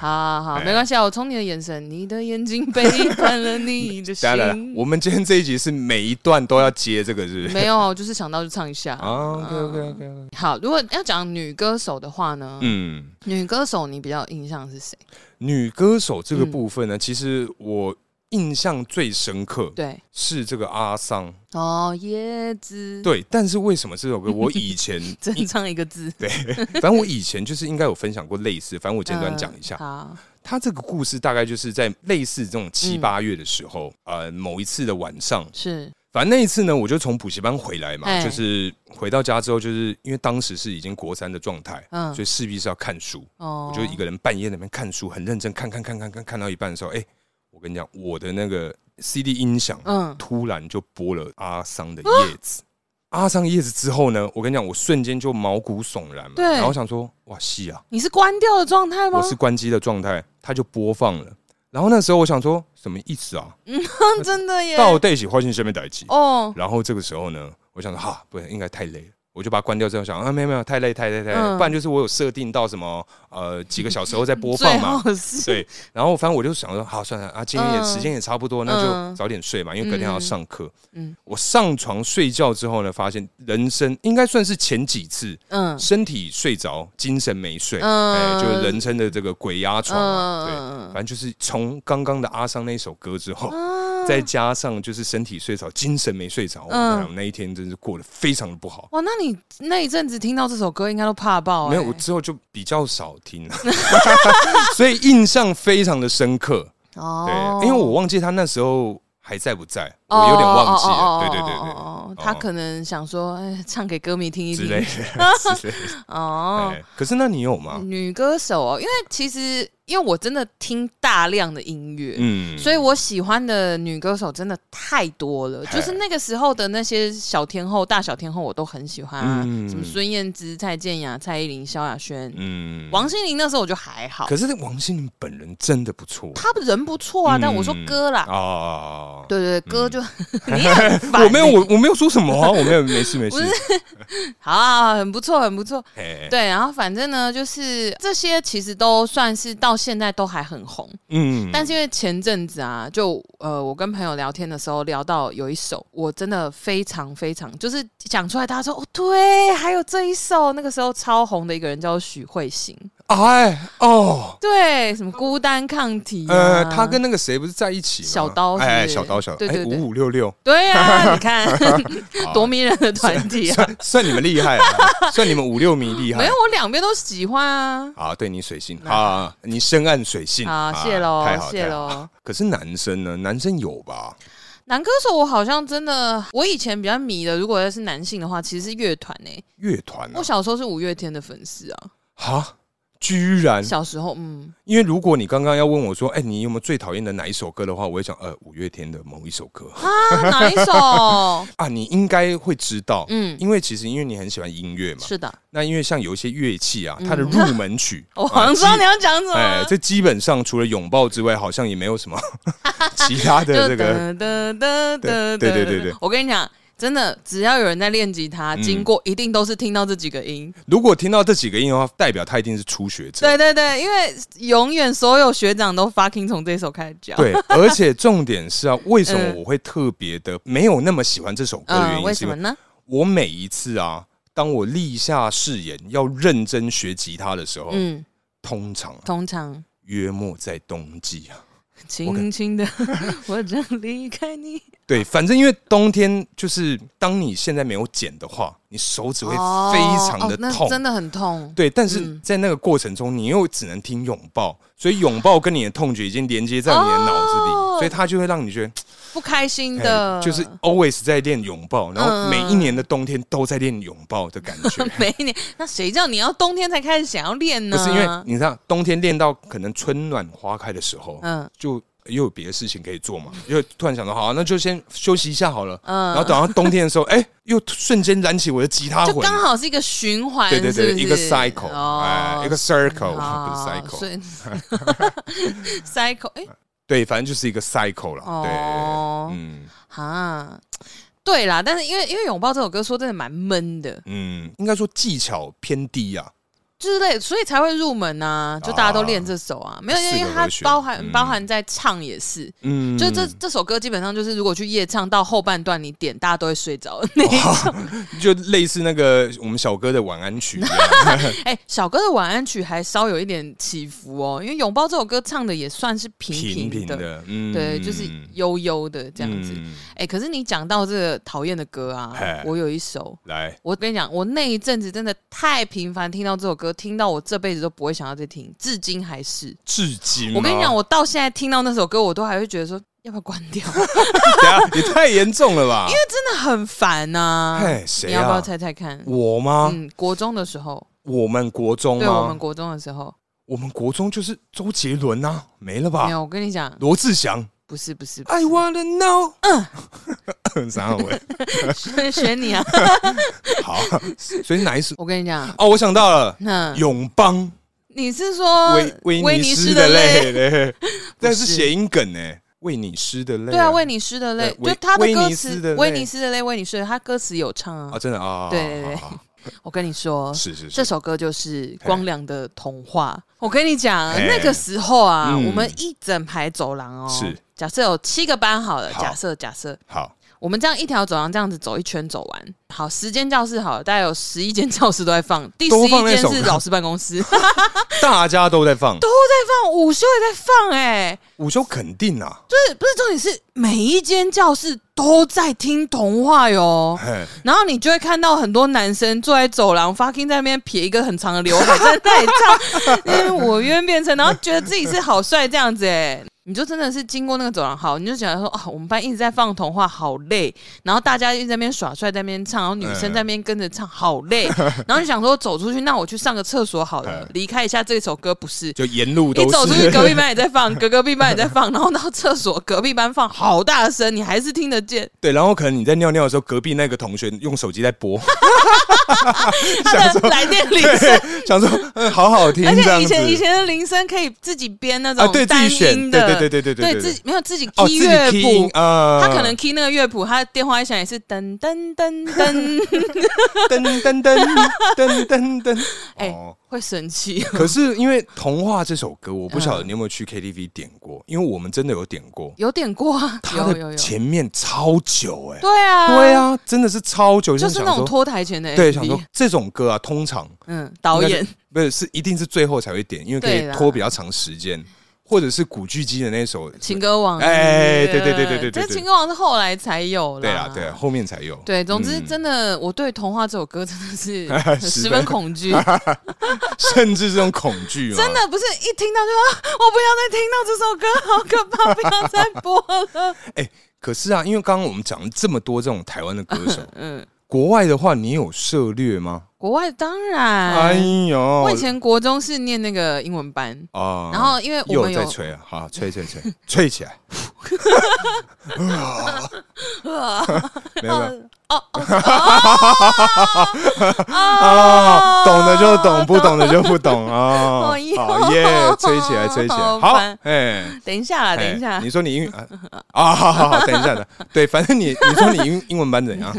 好好好，没关系啊，我从你的眼神，你的眼睛背叛了你 的
当然，
心。
我们今天这一集是每一段都要接这个，是不是？
没有，我就是想到就唱一下。
啊，OK OK OK，
好，如果要讲女歌手的话呢，
嗯。
女歌手你比较有印象是谁？
女歌手这个
嗯
部分呢，其实我印象最深刻
对，
是这个阿桑。
哦，椰子，，
对，但是为什么这首歌我以前
真唱一个字，
对，反正我以前就是应该有分享过类似，反正我简短讲一下。
嗯好，
他这个故事大概就是在类似这种七
嗯
八月的时候，呃，某一次的晚上，
是，
反正那一次呢，我就从补习班回来嘛，
哎
就是回到家之后，就是因为当时是已经国三的状态，
嗯
所以势必是要看书。
哦
我就一个人半夜在那边看书，很认真看看看看看看到一半的时候，哎、我跟你讲，我的那个 CD 音响
嗯，
突然就播了阿桑的《叶子》阿上叶子之后呢，我跟你讲，我瞬间就毛骨悚然嘛。
对
然后想说，哇，戏啊，
你是关掉的状态吗
我？是关机的状态，它就播放了。然后那时候我想说，什么意思啊？
真的耶！
到底是花心身边待机？
哦，
然后这个时候呢，我想说，哈，不应该太累了。我就把它关掉之后想啊，没有没有，太累太累太累，
嗯
不然就是我有设定到什么呃几个小时后再播
最
放嘛
好，是
对，然后反正我就想说，好，算了啊，今天也、
嗯
时间也差不多，那
嗯
就早点睡嘛，因为隔天还要上课。
嗯
嗯，我上床睡觉之后呢，发现人生应该算是前几次
嗯
身体睡着，精神没睡，
嗯
哎，就是人称的这个鬼压床啊。对，
嗯
反正就是从刚刚的阿桑那首歌之后。
啊
再加上就是身体睡着，精神没睡着，我
嗯
跟你讲那一天真是过得非常的不好。
哇，那你那一阵子听到这首歌，应该都怕爆、欸。
没有，我之后就比较少听了，所以印象非常的深刻。
哦
对，因为我忘记他那时候还在不在，我有点忘记了。对对对对，
哦他可能想说，哎，唱给歌迷听一
之
听
类的之类的。
哦。
哎，可是那你有吗？
女歌手哦，因为其实因为我真的听大量的音乐，
嗯，
所以我喜欢的女歌手真的太多了，
嘿
就是那个时候的那些小天后、大小天后，我都很喜欢啊，
嗯
什么孙燕姿、蔡健雅、蔡依林、萧亚轩、
嗯
王心凌，那时候我就还好
可，是王心凌本人真的不错
她人不错 啊，
嗯
但我说歌啦，
啊。
对对，对歌就、 你很烦欸、
我没有，我我没有说什么 啊，我没有，没事没事
不。好啊、很不错，很不错。
哎，
对，然后反正呢，就是这些其实都算是到现在都还很红，
嗯，
但是因为前阵子啊，就呃，我跟朋友聊天的时候聊到有一首，我真的非常非常就是讲出来，大家说哦，对，还有这一首，那个时候超红的一个人叫许慧欣，
哎哦，
对，什么孤单抗体、啊，
呃，他跟那个谁不是在一起吗？
小刀是不是
哎，小刀小刀，
对
哎，
对对
五五六六，
对 啊，你看
好
多迷人的团体啊，
算 算你们厉害 啊，算你们五六迷厉害
没有。我两边都喜欢啊，
啊，对你水性啊，你深谙水性啊
好，谢喽
太，好
谢。
太好
喽。
可是男生呢？男生有吧？
男歌手我好像真的，我以前比较迷的，如果要是男性的话，其实是乐团诶。
乐团啊
我，小时候是五月天的粉丝啊，
哈，居然！
小时候， 嗯，
因为如果你刚刚要问我说，哎，你有没有最讨厌的哪一首歌的话，我会讲，呃，五月天的某一首歌
啊，哪一首？
啊，你应该会知道，
嗯，
因为其实因为你很喜欢音乐嘛，
是的，
那因为像有一些乐器啊，
嗯
它的入门曲
，我好像知道你
啊。
要讲什
基哎
么，。
这基本上除了拥抱之外，好像也没有 什么其他的这个
噔噔
对对对对对
我跟你讲，真的，只要有人在练吉他，
嗯
经过一定都是听到这几个音。
如果听到这几个音的话，代表他一定是初学者。
对啊对对，因为永远所有学长都 fucking 从这首开始教。
对，而且重点是啊，为什么
嗯
我会特别的没有那么喜欢这首歌的原
嗯，为
因，是
什
因
么
为
呢？
我每一次啊，当我立下誓言要认真学吉他的时候，
嗯，
通常啊
通常
约莫在冬季啊。
轻轻的， 我将离开你。
对，反正因为冬天就是当你现在没有剪的话，你手指会非常
哦
的
哦那
痛，
真的很痛。
对，但是
嗯
在那个过程中，你又只能听拥抱，所以拥抱跟你的痛觉已经连接在你的脑子里，
哦
所以它就会让你觉得
不开心
嘿
的，
哎就是 always 在练拥抱，然
嗯
后每一年的冬天都在练拥抱的感 觉。
每一年。那谁叫你要冬天才开始想要练呢？
不是因为你知道，冬天练到可能春暖花开的时候，
嗯
就又有别的事情可以做嘛，又突然想到，好、那就先休息一下好了。
嗯
然后等到冬天的时候，哎、 又瞬间燃起我的吉他
就
魂。
刚好是一个循环，
对对
是
对，
不是
一个 cycle，哎、
哦，
一个 circle，、
哦
不是
所
cycle，
以 cycle，哎，
对，反正就是一个 cycle 啦。
哦
对，嗯
哈，对啦，但是因为因为拥抱这首歌说真的蛮闷的
嗯，应该说技巧偏低啊。
之类，所以才会入门啊，就大家都练这首啊，没有，
四个
因为它
和弦
包含
嗯
包含在唱也是，
嗯，
就这这首歌基本上就是如果去夜唱到后半段你点，大家都会睡着的那一种。
就类似那个我们小哥的晚安曲一样。
哎、小哥的晚安曲还稍有一点起伏哦，因为《拥抱》这首歌唱的也算是平
平
平
平
的，
的，嗯
对，就是悠悠的这样子。
嗯
哎、可是你讲到这个讨厌的歌啊
嘿，
我有一首，
来，
我跟你讲，我那一阵子真的太频繁听到这首歌，听到我这辈子都不会想要再听，至今还是。
至今吗啊
我跟你讲，，我到现在听到那首歌，我都还会觉得说，要不要关掉？ 真
等一下啊也太严重了吧？因为
的很烦呐、
嘿，谁
你要不要
啊？
猜猜看？
我吗？
嗯，国中的时候，
我们国中
对我们
吗？
国中的时候，
我们国中就是周杰伦啊，没了
没
哎吧？
有。我跟你讲，
罗志祥
不是不是，不
I wanna know，
啥喂？
是 选 你啊！
好，啊所以哪一首？
我跟你讲，
哦，我想到了，
那
永邦
你是说
威
嗯呃威
尼
尼
斯
斯
的
泪？
泪，但是
不是
谐音梗呢？为你湿的泪啊，
对啊，为你湿的泪，
对
就他的
威
歌
尼斯的
词
泪，
威尼斯的泪，为你湿的，他歌词有唱啊
啊，。真的啊，
对对对
好好好
我跟你说，
是是
这
是，
首歌就是光良的《童话》。我跟你讲，
嘿
那个时候啊，
嗯
我们一整排走廊哦，
是
假设有七个班好了，
好
假设假设
好，
我们这样一条走廊这样子走一圈走完，好，十间教室好了，大概有十一间教室都在放，第十
都
一
放那
间
首
是
歌
老师办公 室，
大家都在放，
放午休也在放、哎，
午休肯定啊，
不是不是重点是每一间教室都在听童话哟。
嘿
然后你就会看到很多男生坐在走廊，fucking 在那边撇一个很长的刘海， 在那里唱因为我愿变成，然后觉得自己是好帅这样子哎、你就真的是经过那个走廊，好，你就想说啊，我们班一直在放童话，好累。然后大家一直在那边耍帅，在那边唱，然后女
嗯
生在那边跟着唱，好 累。然后就想说走出去，那我去上个厕所好了
嗯，
离开一下这首歌不是。
就沿路
你
都
走出去，
是
隔壁班也在放， 隔隔壁班也在放，然后到厕所，隔壁班放好大声，你还是听得 见。
对，然后可能你在尿尿的时候，隔壁那个同学用手机 在播，
他的来电铃声
想说嗯，好好听
而
这样
且以
子，
前以前的铃声可以自己编那
啊
种
对自己
单
选
音的，
对对对对对对
自己没有自己
哦
key 乐
自己 key 音
谱。
啊，
他可能 key 那个乐谱，他的电话一响也是噔噔噔 噔，
噔噔噔噔噔噔，
哎
哦。
会生气。
可是因为《童话》这首歌，我不晓得你有没有
嗯
去 KTV 点过，因为我们真的有点过，
有点过啊，
它
有有
的
有，
前面超久哎、
对啊，
对，啊，真的是超久，
就是那种
想说，
脱台前的 MV，
对，想说这种歌啊，通常
嗯，导
应该
演
是不是是一定是最后才会点，因为可
对
以
啦
拖比较长时间，或者是古巨基的那首，
情歌王，
哎对对对对对对对
这情歌王是后来才有啦，
对啦，对啦，啊后面才有，
对，总之
嗯
真的，我对《童话》这首歌真的 是
是的
十分恐 惧，
甚至这种恐惧，
真。的不是一听到就啊，我不要再听到这首歌，好可怕，不要再播 了。，
可是啊，因为刚刚我们讲了这么多这种台湾的歌手
嗯，
国外的话，你有涉猎吗？
国外当然，
哎呦，
我以前国中是念那个英文班，
啊
然后因为我
又
们有
在吹啊，好，吹 吹吹，吹起来，没有没有，
啊
哦，懂的就懂，不懂的就不懂啊，好
哎呦
耶，吹起来，吹起来，
好
好
烦，
哎。
等一下啦，
哎
等一下
你，说 你英语啊啊，好好好，等一下的，对，反正你你说你英英文班 怎样？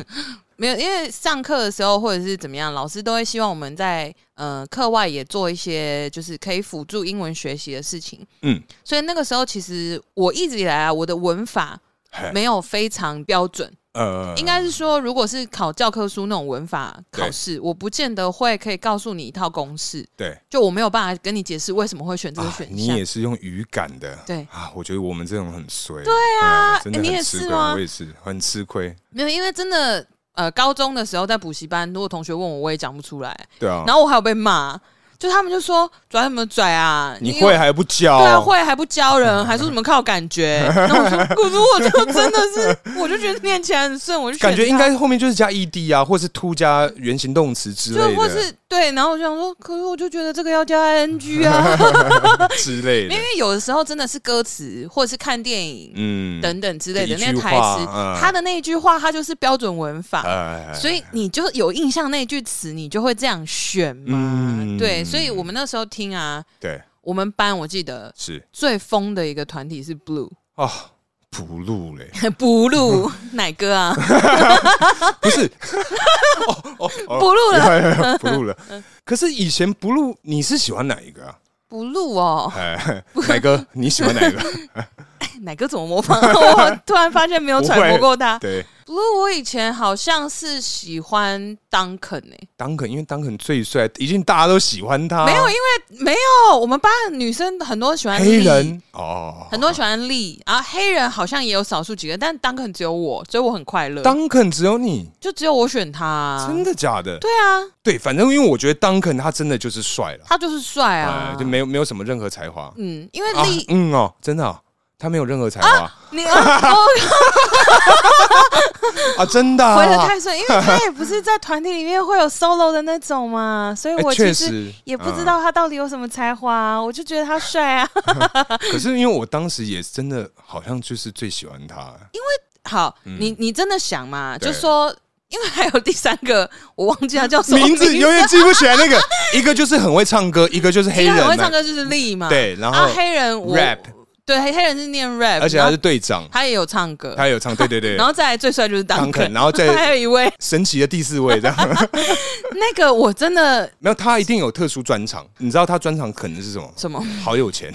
没有，因为上课的时候或者是怎么样，老师都会希望我们在呃课外也做一些就是可以辅助英文学习的事情。
嗯，
所以那个时候，其实我一直以来啊，我的文法
嘿
没有非常标准，
呃，
应该是说，如果是考教科书那种文法
对
考试，我不见得会可以告诉你一套公式，
对，
就我没有办法跟你解释为什么会选这个
啊
选
你
项。
也是用语感的，
对
啊，我觉得我们这种很衰，对啊真的
哎你
很
也
吃
是
亏，
吗
我也是很吃亏，
没有，因为真的，呃，高中的时候在补习班，如果同学问我，我也讲不出来，
对啊，
然后我还有被骂，就他们就说拽什么拽啊，
你会。还不教，
对啊，会还不教人，还说什么靠感 觉？然后我说，可是我就真的是，我就觉得念起来很顺，我就选
感觉应
它
该后面就是加 ed 啊，或是 to 加原形动词之
就
类
或
的
是对，然后我就想说，可是我就觉得这个要加 ing 啊，
之类的
因，为有的时候真的是歌词，或者是看电影、
嗯，
等等之类的
一句
那个台词
话嗯，
他的那一句话，它就是标准文法，
哎，
所以你就有印象那一句词，你就会这样选嘛
嗯。
对，所以我们那时候听啊，
对，
我们班我记得
是
最疯的一个团体是 Blue。
啊，不录嘞，
不录 哪个啊？
不是，哦哦哦，
不录了，
了，不录了。可是以前不录，你是喜欢哪一个啊？
不录哦，
哎，哪个你喜欢哪 一个？
哪个怎么模仿？啊 我突然发现没有
不会
揣摩过他。
对，
不录，我以前好像是喜欢 Duncan 诶、
当肯，因为当肯最帅，已经大家都喜欢他。
没有，因为没有，我们班女生很多喜欢
黑
Lee，
人哦，
很多喜欢丽啊，黑人好像也有少数几个，但 Duncan 只有我，所以我很快乐。
当肯只有你，
就只有我选他，
真的假的？
对啊，
对，反正因为我觉得当肯他真的就是帅了，
他就是帅啊
哎，，就没有没有什么任何才华。
嗯，因为
啊
丽、
嗯哦，真的哦，他没有任何才华啊
你啊，我
真的、啊，
哦回的太顺，因为他也不是在团体里面会有 solo 的那种嘛，所以
哎
我
确
其
实啊嗯
实也不知道他到底有什么才华啊、我就觉得他帅 啊。
可是因为我当时也真的好像就是最喜欢他，
好，你你真的想嘛？
嗯对
就说，因为还有第三个，我忘记他叫什么
名字
字
永远记不起来。那个 一个就是很会唱歌，一个就是黑
一
人
啊个很会
嘛，
唱歌就是力嘛，
对然后
啊黑人我
rap
对黑黑人是念 rap，
而且
然
他
后
是 队长，
他也有唱歌，
他有唱，对对对
然，后再来最帅就是当
Duncan，然后再
还有一位
神奇的第四位这样。
那个我真的
没有，他一定有特殊专长，你知道他专长可能是什么吗？
什 么，哦
好有钱，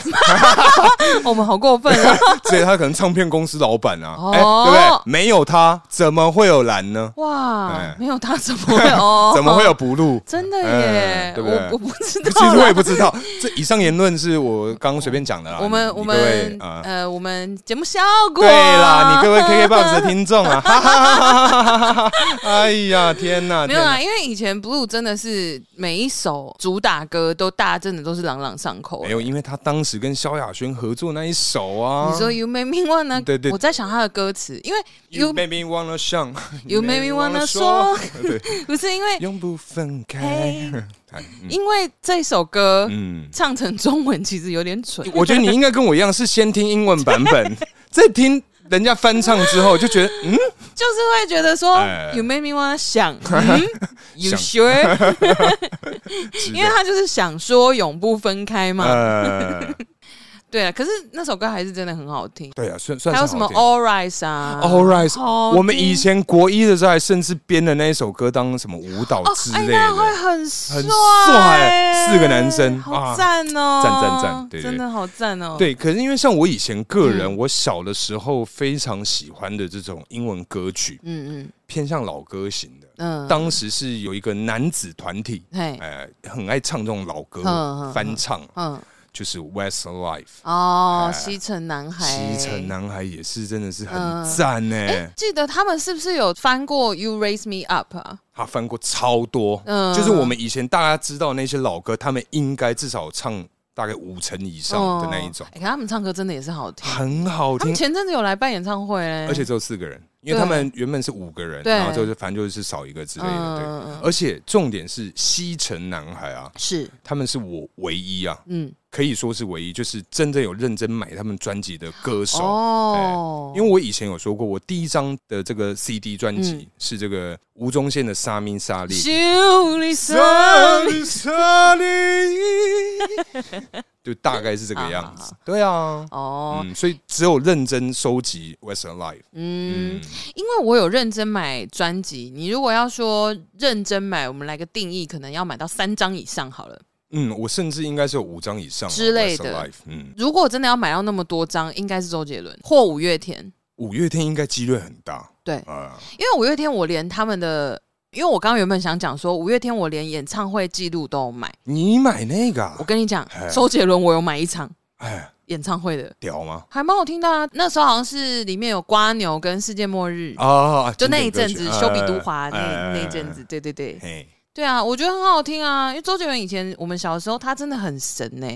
我们好过分啊！
所以他可能唱片公司老板啊，
哦
哎、对不对？没有他，怎么会有蓝呢？
哇
哎，
没有他怎 么会哦？
怎么会有不 露？
真的
哎
耶？
对不对
我我不知
其实
道
我
啦。
也不知道，这以上言论是我刚刚随便讲的啦。
我
你
们
你
我
各位
们
啊，
呃，我们节目效果
对啦，你各位 KKBOX 的听众啊，哈哈哈哈 哈哈哈哈！哎呀，天哪，
没有
天哪
啦，因为以前 Blue 真的是每一首主打歌都大家真的都是朗朗上口
没。有，因为他当时跟萧亚轩合作那一首啊，
你说 You Make Me Wanna，
对对
我在想他的歌词，因为
You
You
made me wanna 想
You made me wanna
说， 对，
不是因为
永不分开
嘿。
哎嗯
因为这首歌
嗯，
唱成中文其实有点 蠢，
我觉得你应该跟我一样，是先听英文版 本，再听人家翻唱之后，就觉得嗯，
就是会觉得说
哎
You Make Me Wanna 想嗯，You
想
Sure，
是的
因为他就是想说永不分开嘛。
呃，
对啊，可是那首歌还是真的很好听，
对啊，算算
还
是
有什么
好听
All Rise 啊
All Right，
好
我们
听
以前国一的时候还甚至编了那一首歌当什么舞蹈
哦，
之
哎，
类
那会
的，
很帅，
帅四个男生啊
好赞哦，
赞赞赞对对
真的好赞哦，
对。可是因为像我以前个人，
嗯
我小的时候非常喜欢的这种英文歌曲，
嗯，
偏向老歌型
嗯
的。
嗯，
当时是有一个男子团体，
嘿，
呃，很爱唱这种老歌
嗯嗯嗯
翻唱，
嗯，
就是 Westlife。
哦
哎，
西城男孩，
西城。男孩也是，真的是很
嗯
赞呢、
哎，记得他们是不是有翻过《You Raise Me Up》啊？
他翻过超多，
嗯
就是我们以前大家知道那些老歌，他们应该至少唱大概五成以上的那一种
哦，哎，可他们唱歌真的也是好听。
很好
他们
听，
前阵子有来办演唱会嘞，
而且只有四个人，因为他们原本是五个人，
对
然后就是反正就是少一个之类的，对。
嗯嗯嗯
而且重点是西城男孩啊，
是，
他们是我唯一啊，
嗯，
可以说是唯一，就是真的有认真买他们专辑的歌手。
哦，
哎因为我以前有说过，我第一张的这个 CD 专辑是这个吴宗宪的《沙咪沙利》。
修理
沙
生，
利沙利，就大概是这个样
好好
子。对 啊，
哦，
嗯，所以只有认真收集 Westlife，
嗯
嗯，，
因为我有认真买专辑，你如果要说认真买，我们来个定义，可能要买到三张以上好了。
嗯，我甚至应该是有五张以上啊
之类的
Westlife，嗯，
如果真的要买到那么多张，应该是周杰伦或五月天。
五月天应该几率很大
对，
啊。
因为五月天我连他们的，因为我刚刚原本想讲说五月天我连演唱会记录都有买。
你买那个啊
我？跟你讲
哎，
周杰伦我有买一场
哎，
演唱会的，
屌吗？
还蛮好听的啊。那时候好像是里面有瓜牛跟世界末日，
啊，
就那
经
一
典
阵子
歌曲
修比都华那、
哎
那一阵子，对对对。
嘿，
对啊，我觉得很好听啊，因为周杰伦以前我们小时候他真的很神呢、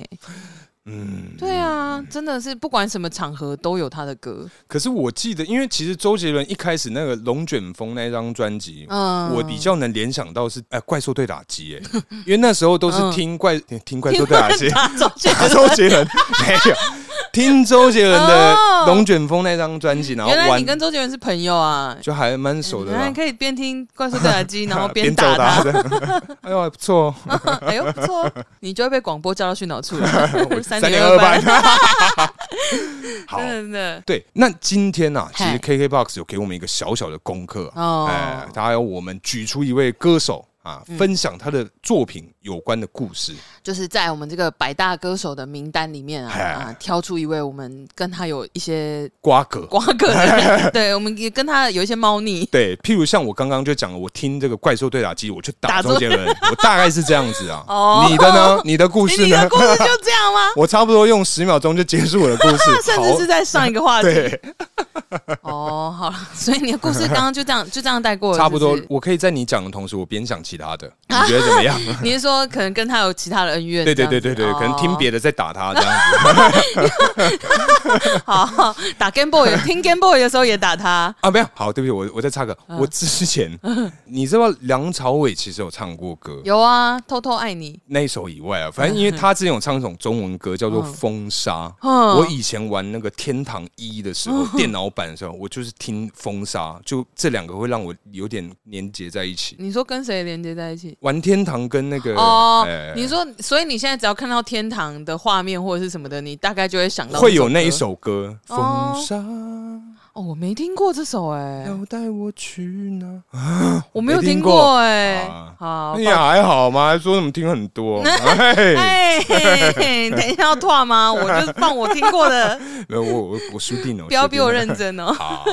嗯，
对啊，真的是不管什么场合都有他的歌。
可是我记得，因为其实周杰伦一开始那个《龙卷风》那张专辑，
嗯，
我比较能联想到是呃怪兽对打 机，哎，因为那时候都是
嗯
听怪听怪兽对啊打机，
打周杰
打
伦，
周杰伦没有听周杰伦的
哦
《龙卷风》那张专辑，然后
原来
玩
你跟周杰伦是朋友啊。
就还蛮熟的
原来
啦，
可以边听《怪兽对打机》，嗯然后 边
揍
打他，
他的， 哎呦还不错哦，
哎呦不错，你就会被广播叫到去脑处 了， 三
点
点
二
二班，
好。
真的
对，那今天啊，其实
嗨
KKBOX 有给我们一个小小的功课啊，哎
哦，，
他要我们举出一位歌手啊，
嗯
分享他的作品有关的故事。
就是在我们这个百大歌手的名单里面啊，
哎
啊挑出一位我们跟他有一些
瓜葛。
瓜葛的 人，对我们也跟他有一些猫腻。
对，譬如像我刚刚就讲了，我听这个怪兽对打机，我就打
打
周 杰伦，我大概是这样子啊。
哦
你的呢？你的故事
哎你
呢
的？故事
？
就这样吗
我差不多用十秒钟就结束我的故事，
甚至是在上一个话
好
题。
对。
哦，好了，所以你的故事刚刚就这样 就这样带过了，
差不多
是。是
我可以在你讲的同时，我边想其他 的，你觉得怎么样？
你是说可能跟他有其他的恩怨？
对对对对
哦
对，可能听别
的。
的在打他这样 子
好，打 Game Boy，听 Game Boy 的时候也打他。
啊，没有，好，对不起，我我再插个，
嗯
我 之前你知道梁朝伟其实有唱过歌，
有啊，偷偷爱你。
那一首以外啊，反正因为他之前有唱一种中文歌叫做《风沙》，
嗯
我以前玩那个《天堂一》的时候，电脑版的时候，我就是听《风沙》，就这两个会让我有点连接在一起。
你说跟谁连接在一起？
玩天堂跟那个
哦
哎，
你说，所以你现在只要看到天堂的画面或者是什么的，你大概就会想到
会有
这
那
歌
一首歌《
哦
风沙》，
哦，我没听过这首哎、
要带我去哪？
我没有
没听
听
过
过哎、
啊
好，
你还好吗？还说什么听很 多？ 哎，
哎、嘿嘿等一下要断吗？我就放我听过的，
没有 我我我输定了，
不要
输
比
定
我
了
认。真哦。
好，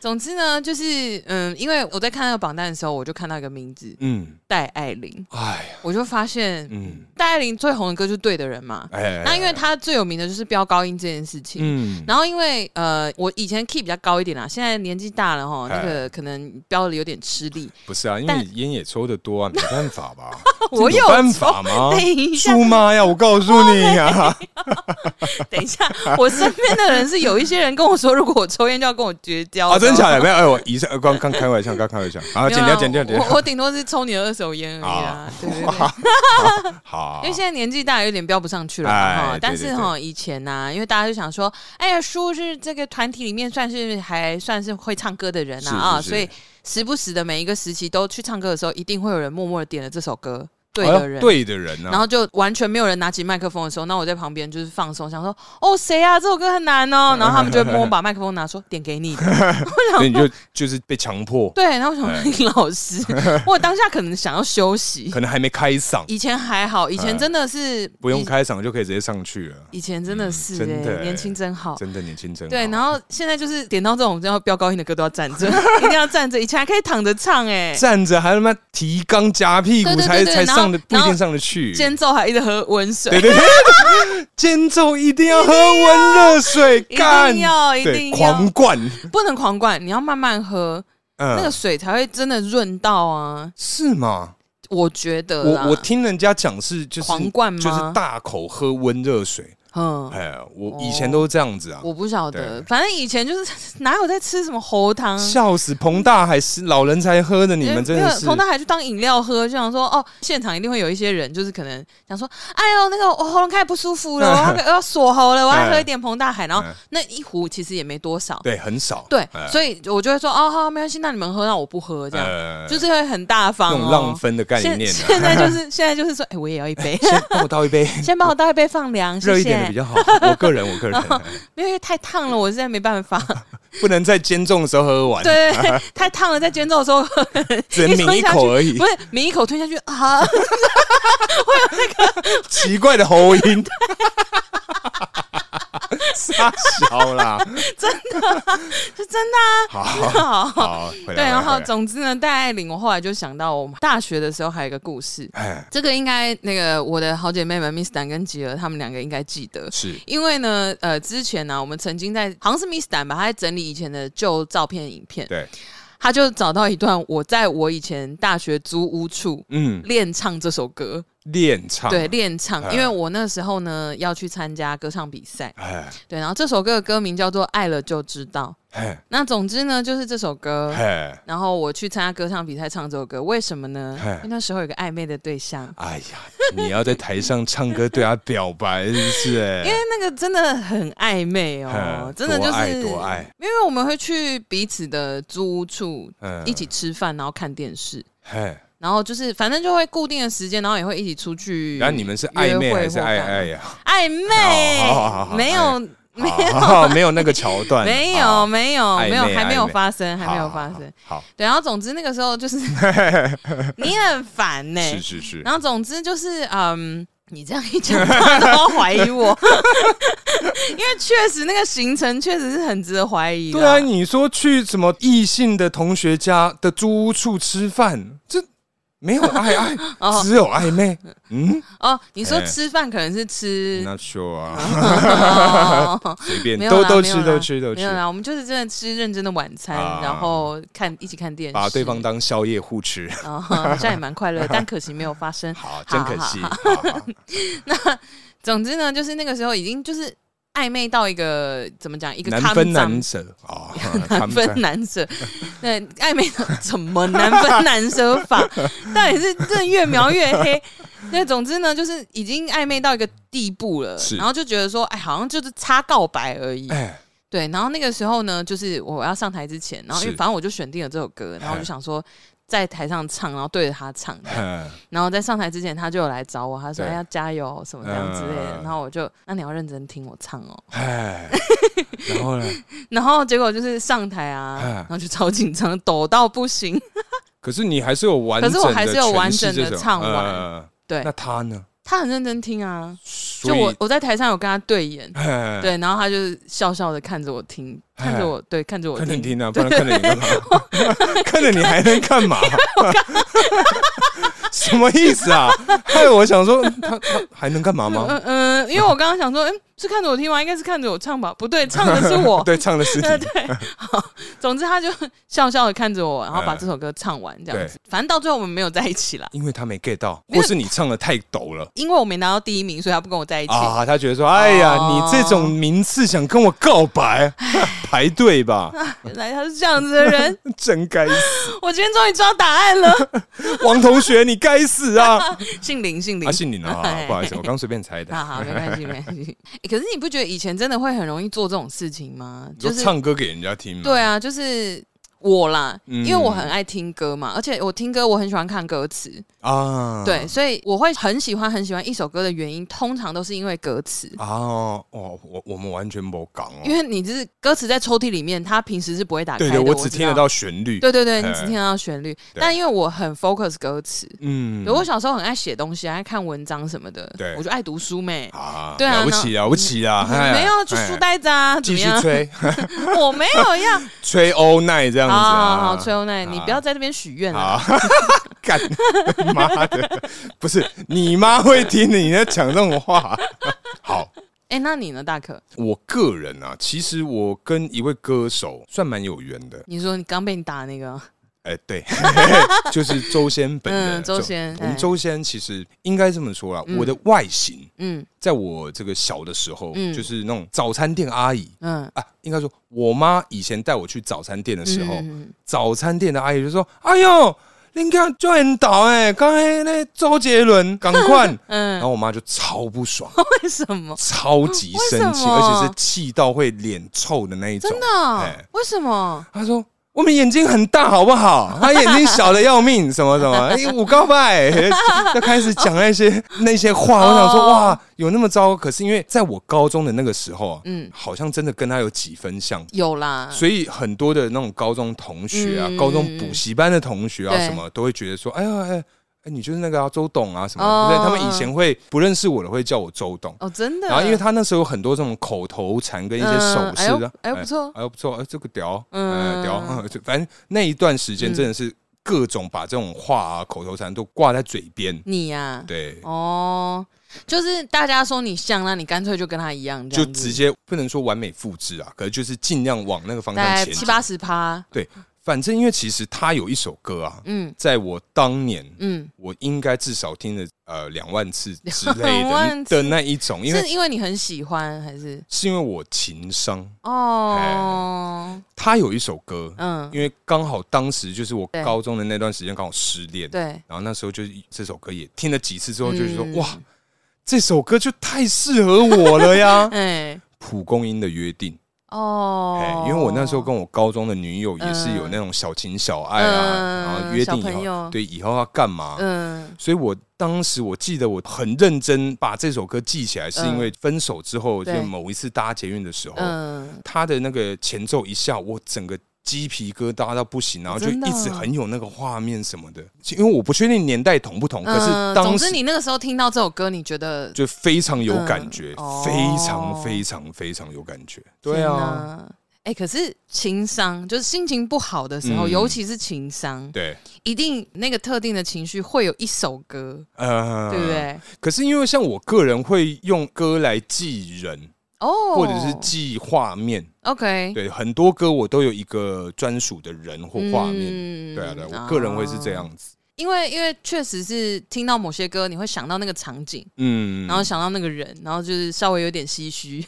总之呢，就是嗯，因为我在看那个榜单的时候，我就看到一个名字
嗯，
戴爱玲，
哎呀，
我就发现
嗯，
戴爱玲最红的歌就是《对的人》嘛。
哎，
那因为她最有名的就是飙高音这件事情，
嗯，
然后因为呃，我以前 key 比较高一点啦，现在年纪大了
哎
哈，那个可能标的有点吃 力。
不是啊，因为
但？
你烟也抽的多啊，没办法吧
我
这
有
办 法吗？
等一下
猪妈呀！我告诉你啊 呀，
等一下，我身边的人是有一些人跟我说，如果我抽烟就要跟我绝交
啊，真
的哦
假的？没有，哎，我一下刚刚开玩笑，刚开玩笑，好，
没有
剪
啦
掉，剪掉，剪
我
掉，
我顶多是抽你的二手烟而已啦
啊。
对对对，
好
因为，现在年纪大，有点标不上去了
哎
嘛哈
对。
但是哈，以前呐，因为大家就想说，哎呀，叔是这个团体里面算是还算是会唱歌的人呐啊，
是是是
所以时不时的每一个时期都去唱歌的时候，一定会有人默默的点了这首歌，对
哎
的
呦
人。
对的人
然
呢，
后就完全没有人拿起麦克风的时候，那我在旁边就是放松，想说哦谁啊，这首歌很难哦， 然后他们就会默默把麦克风拿说点给你的，
所以你就就是被强迫，
对，然后我想说老师， 我当下可能想要休息，
可能还没开嗓，
以前还好，以前真的是
不用
以，
开嗓就可以直接上去了，
以前真的是
嗯真的
哎，
哎
年轻真好。
真的年轻真好
对，然后现在就是点到这种要飙高音的歌都要站 着，一定要站着，以前还可以躺着唱哎，
站着还他妈提肛夹屁股
对对
才
对对
才
然后
上的，不一定上得去。
间奏还一直喝温
对
水，
对对，肩奏一定要喝温热水，
一定
干
要一
对
定要
狂灌，
不能狂灌，你要慢慢喝，那个
嗯，
水才会真的润到啊。
是吗？
我觉得啦
我我听人家讲是就是
狂灌吗
就是大口喝温热水。
嗯，
哎，我以前都是这样子啊，
我不晓得
对，
反正以前就是 哪有在吃什么喉糖。
笑死！彭大海是老人才喝 的，你们真的是
从那还去当饮料喝，就想说哦，现场一定会有一些人，就是可能想说，哎呦，那个我喉咙开始不舒服 了，我要要锁喉了，我要喝一点彭大海，然后
嗯
那一壶其实也没多少，
对很少，
对，
哎
所以我就会说，哦，好，没关系，那你们喝，那我不喝，这样
呃
就是会很大
那
方
种
哦。
浪分的概
现
念啊。
现在 就是现在就是说，哎，我也要一杯，
先帮我倒一杯
先帮我倒一杯放凉，
热
谢
一点
谢
的比。较好，我个人我个人
因为太烫了，我实在没办法。
不能在肩重的时候喝完，
对，对对太烫了，在肩奏的时候
只能抿一口而已
不。是抿一口吞下去啊，
奇怪的喉音，傻小啦。
是真的
好
啊。
好，回来
对，然后
回来
总之呢，戴爱玲，我后来就想到我们大学的时候还有一个故事，
哎
这个应该那个我的好姐妹们 Miss 丹跟吉儿她们两个应该记得，
是
因为呢，呃，之前呢、我们曾经在好像是 Miss 丹吧，她在整理以前的旧照片、影片，
对，
她就找到一段我在我以前大学租屋处
嗯，
练唱这首歌，
练唱
对，练唱，
哎
因为我那时候呢要去参加歌唱比赛，
哎
对，然后这首歌的歌名叫做《爱了就知道》。
哎
那总之呢，就是这首歌。
哎，
然后我去参加歌唱比赛，唱这首歌，为什么呢？
嘿
因为那时候有个暧昧的对象，
哎呀，你要在台上唱歌对他表白，是不是？
因为那个真的很暧昧哦
嘿，
真的就
多爱
是
多爱
因为我们会去彼此的租屋处
嗯
一起吃饭，然后看电视，
哎，
然后就是反正就会固定的时间，然后也会一起出去约会或干嘛。
然后你们是暧昧还是爱爱呀？
暧
哦好好
昧？
好
没
哎
有，
没有，没有那个桥段，
没有，
好，
没有，
暧
没有，
昧
还没
暧
有
昧
发生，还没有
好
发生。。
好好，
对，然后总之那个时候 就是你很烦呢、
好是是是，
然后总之就是嗯。你这样一讲，大家都要怀疑 我，因为确实那个行程确实是很值得怀疑啦。
对啊，你说去什么异性的同学家的租屋处吃饭，这没有爱爱，
哦
只有 暧昧。嗯
哦，你说
哎
吃饭可能是吃
，Not sure 啊，
哦
随便
没有
都
啦
都
没有
吃
啦
都吃都
没有
吃，
啦，我们就是真的吃认真的晚餐，
啊
然后看一起看电视，
把对方当宵夜互吃，
啊，好像也蛮快 乐，但可惜没有发生。
好，真可惜。
好
好好
总之呢，就是那个时候已经就是暧昧到一个怎么讲， 一个
难
肮
分
脏
难舍啊，
难分难 舍，对暧昧到怎么难分难舍 法？到底是真的越描越黑？ 那总之呢，就是已经暧昧到一个地步了
是，
然后就觉得说，哎，好像就是差告白而已。
哎，
对，然后那个时候呢，就是我要上台之前，然后因为
是
反正我就选定了这首歌，然后我就想说。在台上唱，然后对着他唱，
嗯
然后在上台之前，他就有来找我，他说：“
对
哎，要加油什么这样之类的。
嗯
然后我就：“那你要认真听我唱哦。”
哎，然后呢？
然后结果就是上台啊，
哎
然后就超紧张，抖到不行。
可是你还是有完，
可是我还是有完整地唱完
完。
对
呃那他呢？
他很认真听啊，
所
就我
以，
我在台上有跟他对眼，
哎，
对，然后他就是笑笑的看着我听，
哎
看着我，对，看着我
看着你
听。
听啊，不然看着 你干嘛？看着你还能干嘛？什么意思啊？害我想说，嗯他他还能干嘛
嗯
吗？
嗯嗯，因为我刚刚想 说，嗯，是看着我听吗？应该是看着我唱吧？不对，唱的是我。
对，唱的是
对
你，
对，好，总之他就 笑笑的看着我，然后把
哎
这首歌唱完，这
对
样子。反正到最后我们没有在一起啦，
因为他没 get 到，
没
或
有
是你唱的太抖了
因为我没拿到第一名，所以他不跟我在一起。
啊！他觉得说，哎呀，
哦
你这种名次想跟我告白， 排队吧，
原来他是这样子的 人，
真该死！
我今天终于知道答案了。
王同学，你该 死啊！
姓林，姓林，
啊，姓林啊，
哎
不好意思，我刚随便猜的。
啊，好，没关系，没关 系、欸可是你不觉得以前真的会很容易做这种事情吗？
你
就
说
是
唱歌给人家听吗？
对啊，就是我啦，
嗯
因为我很爱听歌嘛，而且我听歌我很喜欢看歌词，
啊，
对，所以我会很喜欢很喜欢一首歌的原因，通常都是因为歌词。
啊，哦，我我们完全没讲哦
因。为你就是歌词在抽屉里面，它平时是不会打开
对
的。
对，我
我
只
知
听得
道。
到旋律。
对对对，
哎
你只听得到旋律，
对
但因为我很 focus 歌词。
嗯
对我小时候很爱写东西，爱看文章什么的，
对
我就爱读书妹。
啊，
对啊
了不起了不起啊！哎
没有，就
哎
书呆子啊，怎
继
么
续
样？
吹
我没有 要，
吹欧奈这样子
好
啊，
好好，崔欧奈，你不要在这边许愿了。
啊，干妈的，不是你妈会听你在讲这种话。好，
哎，那你呢，大可？
我个人啊，其实我跟一位歌手算蛮有缘的，
你说你刚被你打那个，
哎、对， 就是周先本人、啊
嗯周先
我们
哎
周先其实应该这么说啦，
嗯
我的外形。
嗯
在我这个小的时候，
嗯
就是那种早餐店阿姨
嗯，
啊，应该说，我妈以前带我去早餐店的时候，
嗯
早餐店的阿姨就说：“哎呦，你看就很倒哎，刚才那周杰伦，赶快！” 然
嗯，
后我妈就超不爽，
为什么？
超级 生
为
气，
什么
而且是气到会脸臭的那一种。
真的哦
哎？
为什么？
她说。我们眼睛很大，好不好？她眼睛小的要命，什么什么，哎、我告白， 就开始讲那些那些话。我想说，
哦
哇，有那么糟？可是因为在我高中的那个时候啊，
嗯，
好像真的跟她有几分像，
有啦，
所以很多的那种高中同学啊，
嗯
高中补习班的同学啊，
对
什么都会觉得说，哎呀，哎。哎，你就是那个、啊、周董啊，什么
哦
对不对？他们以前会不认识我的，会叫我周董。
哦，真的。
然后，因为他那时候有很多这种口头禅跟一些
嗯
手势的，
哎呦哎呦不错
哎呦不错，哎这个屌，
嗯
哎屌， 嗯就反正那一段时间真的是各种把这种话啊、口头禅都挂在嘴边，
你呀，
对，
嗯哦，就是大家说你像，那你干脆就跟他一样，这
就
样子
直接不能说完美复制啊，可是就是尽量往那个方
大
向
概
前
哎七
进。
八十趴。
对，反正因为其实他有一首歌啊，
嗯
在我当年，
嗯，
我应该至少听了呃两万次之类
两
的
万次
的那一种，因
是
为
因为你很喜欢还是？
是因为我情商。
哦，
他有一首歌，
嗯，
哎因为刚好当时就是我
对
高中的那段时间刚好失恋，
对，
然后那时候就是这首歌也听了几次之后，就是说、
嗯
哇，这首歌就太适合我 了呀。
哎，
蒲公英的约定，哎、
哦，
因为我那时候跟我高中的女友也是
嗯
有那种小情小爱啊，
嗯
然后约
小
定
朋
以后
友
对以后要干嘛，
嗯。
所以我当时我记得我很认真把这首歌记起来，是因为分手之后，就
嗯对
某一次搭捷运的时候，
嗯，
他的那个前奏一下，我整个鸡皮疙瘩到不行，然后就
真的
一直很有那个画面什么的。因为我不确定年代同不同，可是
嗯
当
总之
时
你那个时候听到这首歌，你觉得
就非常有感觉
嗯，哦
非常非常非常有感觉。对
天
啊，
哪，哎、可是情商就是心情不好的时候，
嗯
尤其是情商，
对，
一定那个特定的情绪会有一首歌，
呃，
对不？对？
可是因为像我个人会用歌来记人，
哦，
或者是记画面，
OK，
对，很多歌我都有一个专属的人或画面，
嗯
对啊，对啊，我个人会是这样
哦
子，
因为因为确实是听到某些歌，你会想到那个场景，
嗯，
然后想到那个人，然后就是稍微有点唏嘘。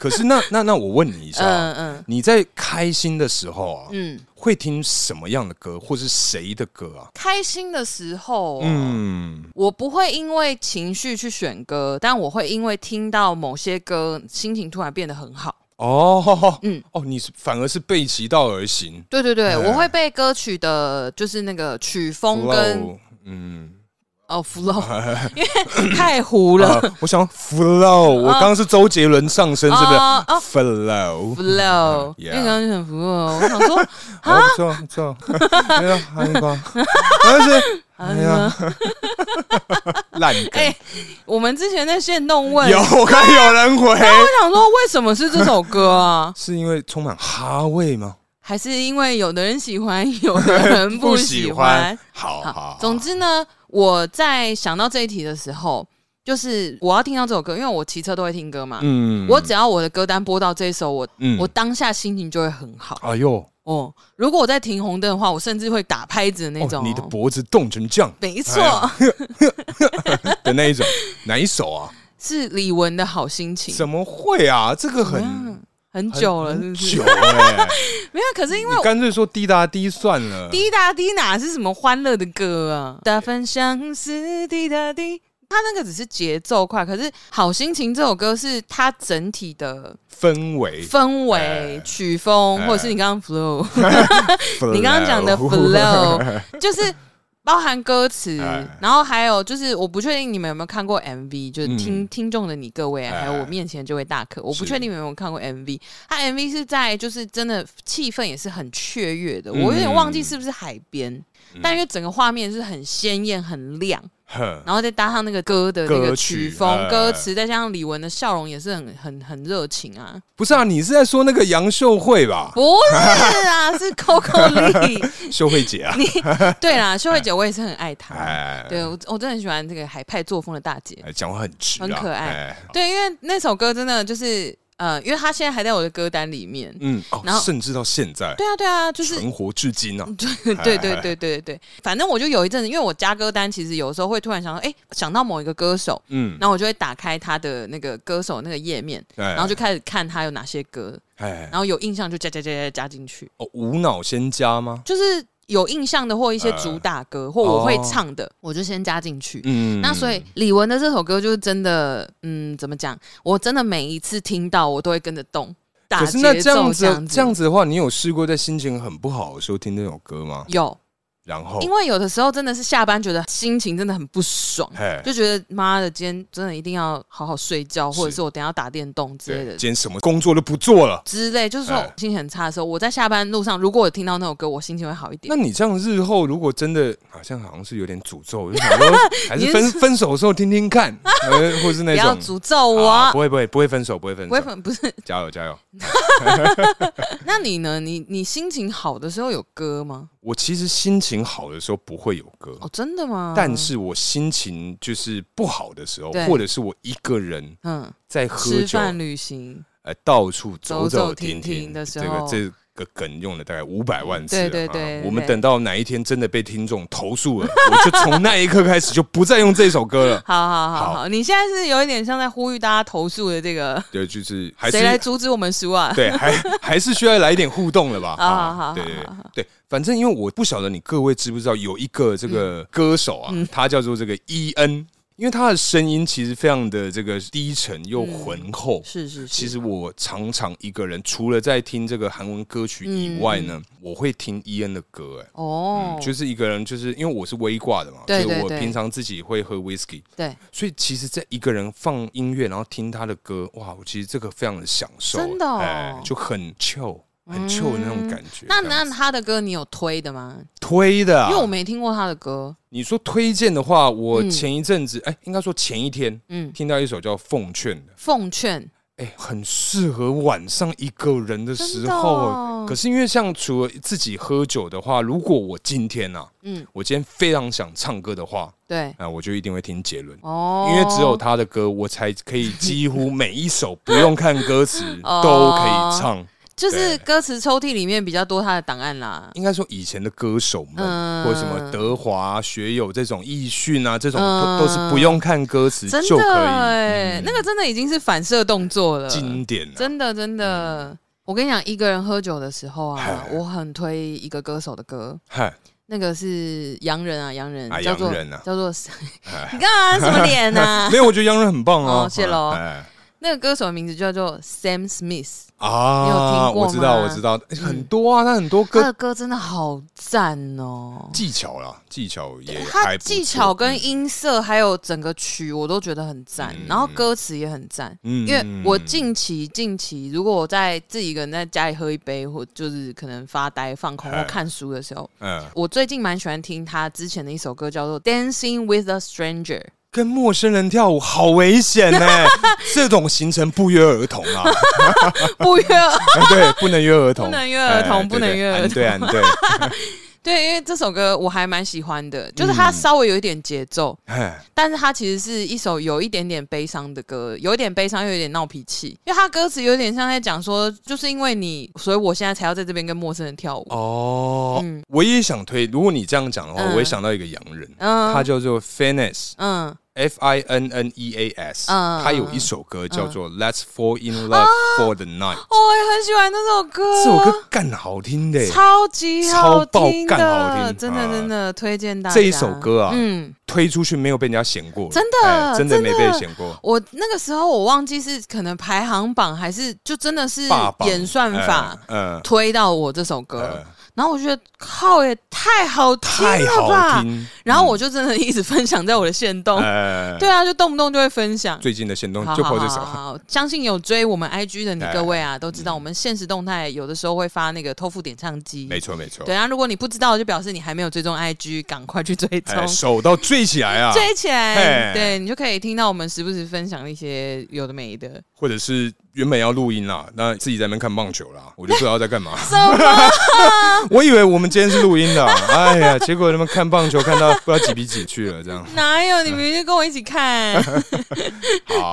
可是那那那我问你一下啊，
嗯嗯
你在开心的时候啊，
嗯，
会听什么样的歌，或是谁的歌啊？
开心的时候，嗯。
嗯，
我不会因为情绪去选歌，但我会因为听到某些歌，心情突然变得很好。
哦，嗯
嗯，
哦，你是反而是背其道而行，
对对对，
哎
我会被歌曲的，就是那个曲风跟
flow，嗯，
哦 flow，因为 太糊了
啊，我想 flow，我刚刚是周杰伦上身，是不是
哦哦
？flow，
flow，
Yeah
那个很 flow。我想说，
哦不错不错， 哎没有韩国，但是哎呀，烂 梗，
哎，我们之前在线动问，
有
我
我看有人回，？
想说为什么是这首歌啊
是因为充满哈味吗？
还是因为有的人喜欢，有的 人不喜欢？，
好
好
好好，，
总之呢，我在想到这一题的时候，就是我要听到这首歌，因为我骑车都会听歌嘛。
嗯
我只要我的歌单播到这一首，我、
嗯
我当下心情就会很好
哎呦，
哦。如果我在停红灯的话，我甚至会打拍子的那种、
哦、你的哎脖子冻成这样
没错，
的那一种，哪一首 啊？
是李玟的好心情。
怎么会啊？这个很
嗯，很
很
久了，是
很
不
久
是？
哎、
没有，啊可是因为
你干脆说滴答滴算了。
滴答滴哪是什么欢乐的歌啊？大分相思滴答滴，它那个只是节奏快，可是《好心情》这首歌是它整体的
氛围，
氛围、
哎
曲风，
哎
或者是你刚刚 flow，你刚刚讲 的 flow，就是包含歌词
哎，
然后还有就是，我不确定你们有没有看过 MV，就是听、
嗯
听众的你各位，啊
哎
还有我面前这位大可，我不
是
确定你们有没有看过 MV。它 MV 是在就是真的气氛也是很雀跃
嗯
的，我有点忘记是不是海边，但因为整个画面是很鲜艳、很亮，
哼
然后再搭上那个歌的那
嗯歌
个曲
曲
风、
哎
歌词，再加上李玟的笑容，也是很很很热情啊。
不是啊，你是在说那个杨秀慧吧？
不是啊，是 Coco 丽。
秀慧姐啊，
对啦，秀慧姐我也是很爱她。
哎，
对我我真的很喜欢这个海派作风的大姐。
哎，讲话很直、啊，
很可爱
哎
对，因为那首歌真的就是呃，因为她现在还在我的歌单里面。
嗯，哦
然，后
甚至到现在，
对啊，对啊，就是
存活至今啊，
对对对对对对，反正我就有一阵子，因为我加歌单，其实有时候会突然想到，哎、想到某一个歌手，
嗯，
然后我就会打开他的那个歌手那个页面，
然
然后就开始看他有哪些歌，
哎，
然后有印象就加加加加加进去，
哦，无脑先加吗？
就是有印象的或一些
呃
主打歌、或我
哦
会唱的，我就先加进去。
嗯，
那所以李玟的这首歌就是真的，嗯，怎么讲？我真的每一次听到，我都会跟着动，打
可是
节
那
奏
这样子
样
这样子的话，你有试过在心情很不好的时候听这首歌吗？
有，
然后
因，为有的时候真的是下班觉得心情真的很不爽，
嘿，
就觉得妈的，今天真的一定要好好睡觉，
是
或者是我等一下打电动之类
对，
的。
今天什么工作都不做了。
之类，就是说
哎
心情很差的时候，我在下班路上，如果我听到那首歌，我心情会好一点
那。你这样日后如果真的好像好像是有点诅咒，我就 想说还是
你是
分分手的时候听 听看，呃，或是
不
那
要
种
诅咒
啊
我
不，会不会不会分手，不会分
不会
手，
分不是？
加油加油！
那你呢？你你心情好的时候有歌吗？
我其实心情好的时候不会有歌，
哦，真的吗？
但是我心情就是不好的时候，
对
或者是我一个人
嗯，
在喝
吃
酒，
饭、旅行，
呃，到处
走
走
走
停
停停的时候
这个这个梗用了大概五百万次了啊。
对对对
我们
对
等到哪一天真的被听众投诉了，我就从那一刻开始就不再用这首歌了。
好好好
好
好，你现在是有一点像在呼吁大家投诉的这个，
对，就是还是
谁来阻止我们输啊？
对，还还是需要来一点互动了吧？啊
好好啊好
对
好
对
好好
对，反正因为我不晓得你各位知不知道，有一个这个歌手啊，
嗯
他叫做这个伊恩，因为他的声音其实非常的这个低沉又浑厚。
是是是，
其实我常常一个人，除了在听这个韩文歌曲以外呢，我会听伊恩的歌、哎、
嗯哦，
嗯，就是一个人，就是因为我是微挂的嘛，
对
所以
对
我
对
平常自己会喝 whisky，
对，
所以其实，在一个人放音乐，然后听他的歌，哇，我其实这个非常的享受，
真的哦嗯
哎，就很 chill，很 chill 的那种感觉。
那
这
那
样子
他的歌你有推的吗？
推的、啊，
因为我没听过他的歌，
你说推荐的话，我
嗯
前一阵子，哎、应该说前一天
嗯，
听到一首叫《奉劝》的，
奉劝
哎、很适合晚上一个人的
真
时
的
候。啊
哦
可是因为像除了自己喝酒的话，如果我今天啊，
嗯，
我今天非常想唱歌的话，
对，
啊，我就一定会听杰伦。
哦，
因为只有他的歌，我才可以几乎每一首不用看歌词
哦
都可以唱。
就是歌词抽屉里面比较多他的档案啦。
应该说以前的歌手们，
嗯
或者什么德华、学友这种艺训啊，这种
嗯
都都是不用看歌词
真
就
的
可嗯
哎、那个真的已经是反射动作了
以，经典、啊。
真的真的。我跟你讲，一个人喝酒的时候啊
嗯嗨，
我很推一个歌手的歌，
嗨，
那个是洋人啊，洋人
啊
叫做
洋人啊
叫做， 你干嘛什么脸啊
没？有，我觉得洋人很棒啊。
哦谢喽
哎
那个歌手的名字叫做 Sam Smith，你有
啊，
听过
我知道，
吗嗯
我知道，哎很多啊，他很多
他
歌
的歌真的好赞哦。
技巧啦，技巧也
他
还不错
技巧跟音色还有整个曲我都觉得很赞，
嗯
然后歌词也很赞。
嗯
因为我近期近期，如果我在自己一个人在家里喝一杯，或就是可能发呆、放空
哎
或看书的时候，
嗯，
我最近蛮喜欢听他之前的一首歌，叫做《Dancing with a Stranger》。
跟陌生人跳舞好危险呢， 这种行程不约而同啊，哎
不约而
对，不能约儿童，
不能约儿童
哎
不能约儿童
对对，对，
对，因为这首歌我还蛮喜欢的，就是它稍微有一点节奏，
哎
但是它其实是一首有一点点悲伤的歌，有一点悲伤又有点闹脾气，因为它歌词有点像在讲说，就是因为你，所以我现在才要在这边跟陌生人跳舞。
哦
嗯，
我也想推，如果你这样讲的话，
嗯
我也想到一个洋人，
嗯
他叫做 Finnes。
嗯
F I N N E A S，、
嗯啊
他有一首歌叫做《Let's Fall in Love for the Night》，
我也很喜欢那首歌，
这首歌干好听的耶，
超级好听
超爆干
的，
好听
真的
啊
真的、推荐大家
这一首歌啊
嗯，
推出去没有被人家嫌过，
真的
哎真的
真
没
的
被嫌过。
我那个时候我忘记是可能排行榜还是就真的是
霸榜
演算法
嗯，嗯
推到我这首歌，
呃
然后我觉得靠也太好听
太
了
好
吧，
听，
然后我就真的一直分享在我的线动，
呃，
对啊，就动不动就会分享。
最近的行动
好
就
好
播这
好
首，
好，相信有追我们 IG 的你
哎
各位啊，都知道我们现实动态有的时候会发那个偷富点唱机，
没错没错
对，啊，如果你不知道，就表示你还没有追踪 IG，赶快去追踪。
哎，手都醉起来啊，
追起
嘿
来，对你就可以听到我们时不时分享一些有的没 的。
或者是原本要录音啦，那自己在那边看棒球 啦，我就不知道在干嘛。 我以为我们今天是录音的啊， 哎呀，结果他们看棒球看到不知道几比几去了，这样。
哪有？你明明就跟我一起 看，
好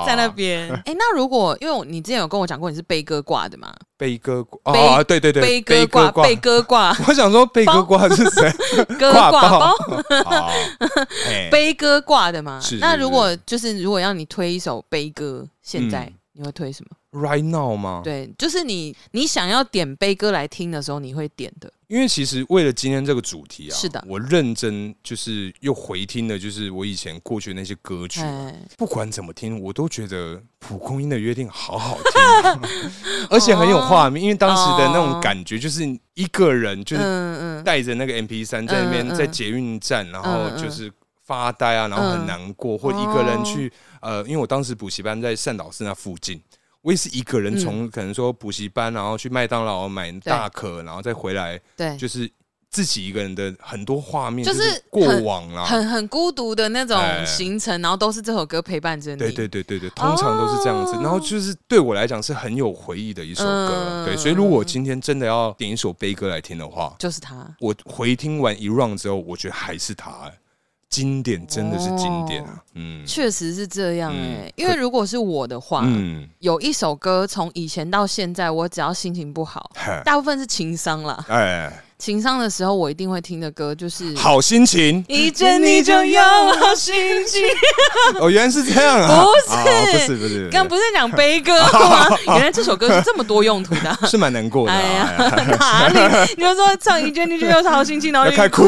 啊
在那边。哎、那如果因为你之前有跟我讲过你是悲歌挂的嘛？
悲歌挂啊，对对对，
悲歌挂，悲歌 挂，
我想说悲歌挂是谁？
歌
挂
挂 包，
好， 哎
悲歌挂的嘛
是？
那
是
如果就是如果要你推一首悲歌，现在
嗯哦
你会推什么？
，right now 吗？
对，就是你你想要点悲歌来听的时候，你会点的。
因为其实为了今天这个主题啊，
是的
我认真就是又回听了，就是我以前过去的那些歌曲，
哎，
不管怎么听，我都觉得蒲公英的约定好好听啊、而且很有画面，因为当时的那种感觉就是一个人就是
嗯嗯，
带着那个 MP 三在那边
嗯嗯
在捷运站，然后就是。发呆啊，然后很难
嗯
过，或一个人去
哦
呃，因为我当时补习班在善导寺那附近，我也是一个人
嗯
从可能说补习班，然后去麦当劳买大可，然后再回来，
对，
就是自己一个人的很多画面，
就是
是过往啊啦，
很很孤独的那种
哎
行程，然后都是这首歌陪伴着你。
对对对对对，通常都是这样子。
哦
然后就是对我来讲是很有回忆的一首歌，
嗯
对。所以如果我今天真的要点一首悲歌来听的话，
就是他。
我回听完一 round 之后，我觉得还是它、欸经典，真的是经典
哦
啊！嗯
确实是这样哎、
嗯
因为如果是我的话，
嗯，
有一首歌从以前到现在，我只要心情不好，
嘿
大部分是情伤啦。
哎，
情伤的时候，我一定会听的歌就是。
好心情
一见你就有好心情，
哦，原来是这样啊！
不是
啊不是不是，
刚不是讲悲歌 吗？原来这首歌是这么多用途的啊、
是蛮难过的啊。
哎
哎
呀，哪里？你就说唱一见你就有好心情，然后
要
就
开哭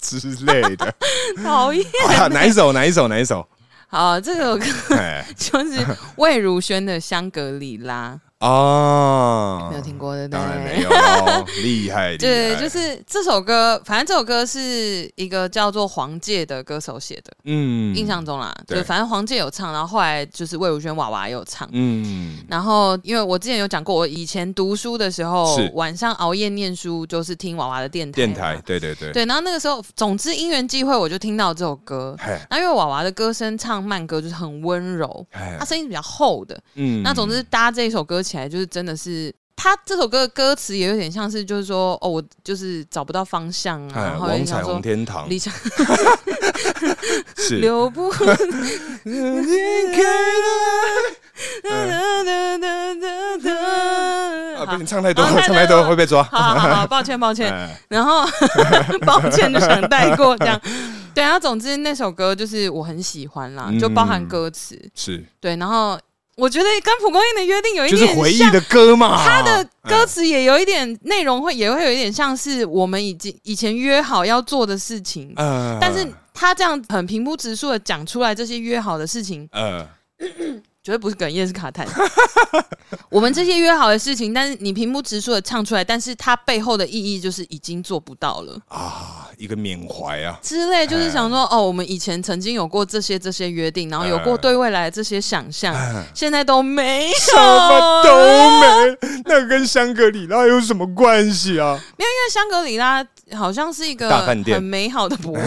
之类的，
讨厌。
啊哪一首？哪一首？哪一首？
好，这首歌
哎
就是魏如萱的《香格里拉》，
啊
没有听过过，对不对？
当然没有咯，厉害，厉
对，
害
就是这首歌，反正这首歌是一个叫做黄玠的歌手写的，
嗯
印象中啦，
对
就反正黄玠有唱，然后后来就是魏如萱娃娃也有唱。
嗯
然后，因为我之前有讲过，我以前读书的时候
是，
晚上熬夜念书就是听娃娃的电台。
电台，。对对对，
对，然后那个时候，总之因缘际会，我就听到这首歌。
嗨
那因为娃娃的歌声唱慢歌就是很温柔，
嗨
她声音比较厚的，
嗯
啊那总之搭这一首歌起来，就是真的是。他这首歌的歌词也有点像是，就是说，哦，我就是找不到方向啊，
哎
然后
王
也
彩
想
虹
说，
天堂
理想
是啊
留不哒
离开了
哒哒哒哒
啊！
哒
不行，唱太多，
好
唱太多会被抓。
好好好好，抱歉抱歉，
哎
然后 抱歉就想带过这样，对，然后总之那首歌就是我很喜欢啦，就包含
嗯
歌词，
是，
对，然后我觉得跟蒲公英的约定有一
就是
点
回忆
像
的歌嘛。
他的歌
哎
词也有一点内容会也会有一点像是我们已经以前约好要做的事情，
呃
但是他这样很平铺直述的讲出来这些约好的事情，
呃，
绝对不是哽咽是卡痰。 我们这些约好的事情，但是你平铺直述的唱出来，但是它背后的意义就是已经做不到了
啊，一个缅怀啊，
之类，就是想说哦，我们以前曾经有过这些这些约定，然后有过对未来的这些想象，现在都没有，
哎什么都没，那跟香格里拉有什么关系啊？
因为香格里拉好像是一个
大饭店
很美好的博物，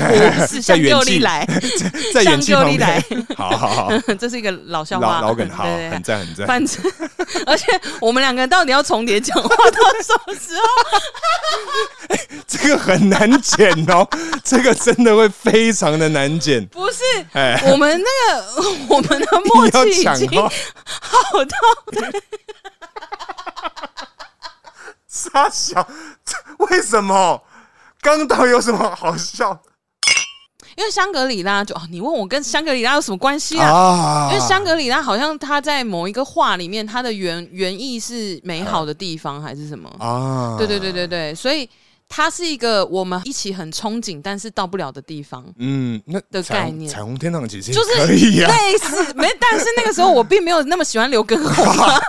是
在
香
远
格
近
里来，
在
香
演技
格
旁
里
边
来，，
好好好，
这是一个老笑话，
老老梗，好，
对对对
很赞很赞。
反正， 而且我们两个到底要重叠讲话到什么时候？
这个很难剪哦，这个真的会非常的难剪。
不是，
哎，
我们那个 我们的默
你要
契已
讲
经
哦，
好到，
傻小，这为什么？刚到有什么好笑
因为香格里拉就哦，你问我跟香格里拉有什么关系啊？
啊
因为香格里拉好像它在某一个画里面，它的原原意是美好的地方还是什么？
啊，
对对对，对对，所以它是一个我们一起很憧憬，但是到不了的地方。
嗯，那
的
彩虹
概念
彩虹天堂其实
就是
可以呀、啊
类似没，但是那个时候我并没有那么喜欢刘畊宏 啊，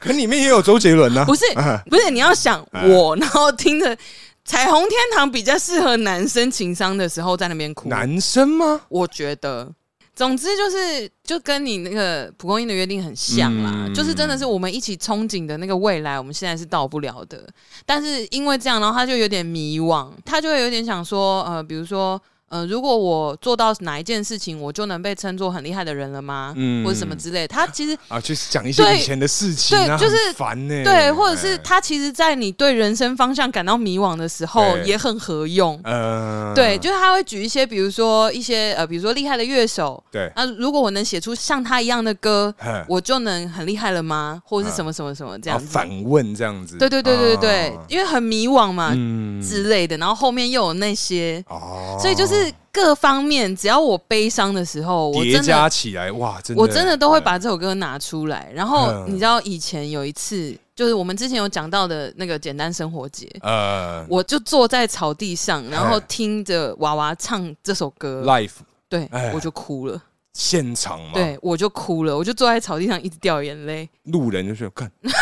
可里面也有周杰伦啊呢、
不 是不是，你要想
嗯
我，然后听着《彩虹天堂》比较适合男生情商的时候在那边哭，
男生吗？
我觉得。总之就是，就跟你那个蒲公英的约定很像啦，
嗯
就是真的是我们一起憧憬的那个未来，我们现在是到不了的。但是因为这样，然后他就有点迷惘，他就会有点想说，呃，比如说，呃，如果我做到哪一件事情，我就能被称作很厉害的人了吗？
嗯
或者什么之类。他其实
啊，就是讲一些
对
以前的事情啊，
对就是
很烦呢、
对，或者是
哎
他其实，在你对人生方向感到迷惘的时候，
对
也很合用。
呃，
对，就是他会举一些，比如说一些呃，比如说厉害的乐手，
对，
那如果我能写出像他一样的歌，
哎
我就能很厉害了吗？或
嗯
者是什么什么什么这
然
样
后
子？
啊反问这样子，
对对对对对，
啊
因为很迷惘嘛、
嗯，
之类的，然后后面又有那些，
哦，
所以就是各方面，只要我悲伤的时候，我
叠
真
加
的
起来，哇，真的，
我真的都会把这首歌拿出来。然后
嗯
你知道以前有一次，就是我们之前有讲到的那个简单生活节。
呃
我就坐在草地上，然后
哎
听着娃娃唱这首歌，
life
对
哎
我就哭了。
现场嘛，
对，我就哭了，我就坐在草地上一直掉眼泪。
路人就是看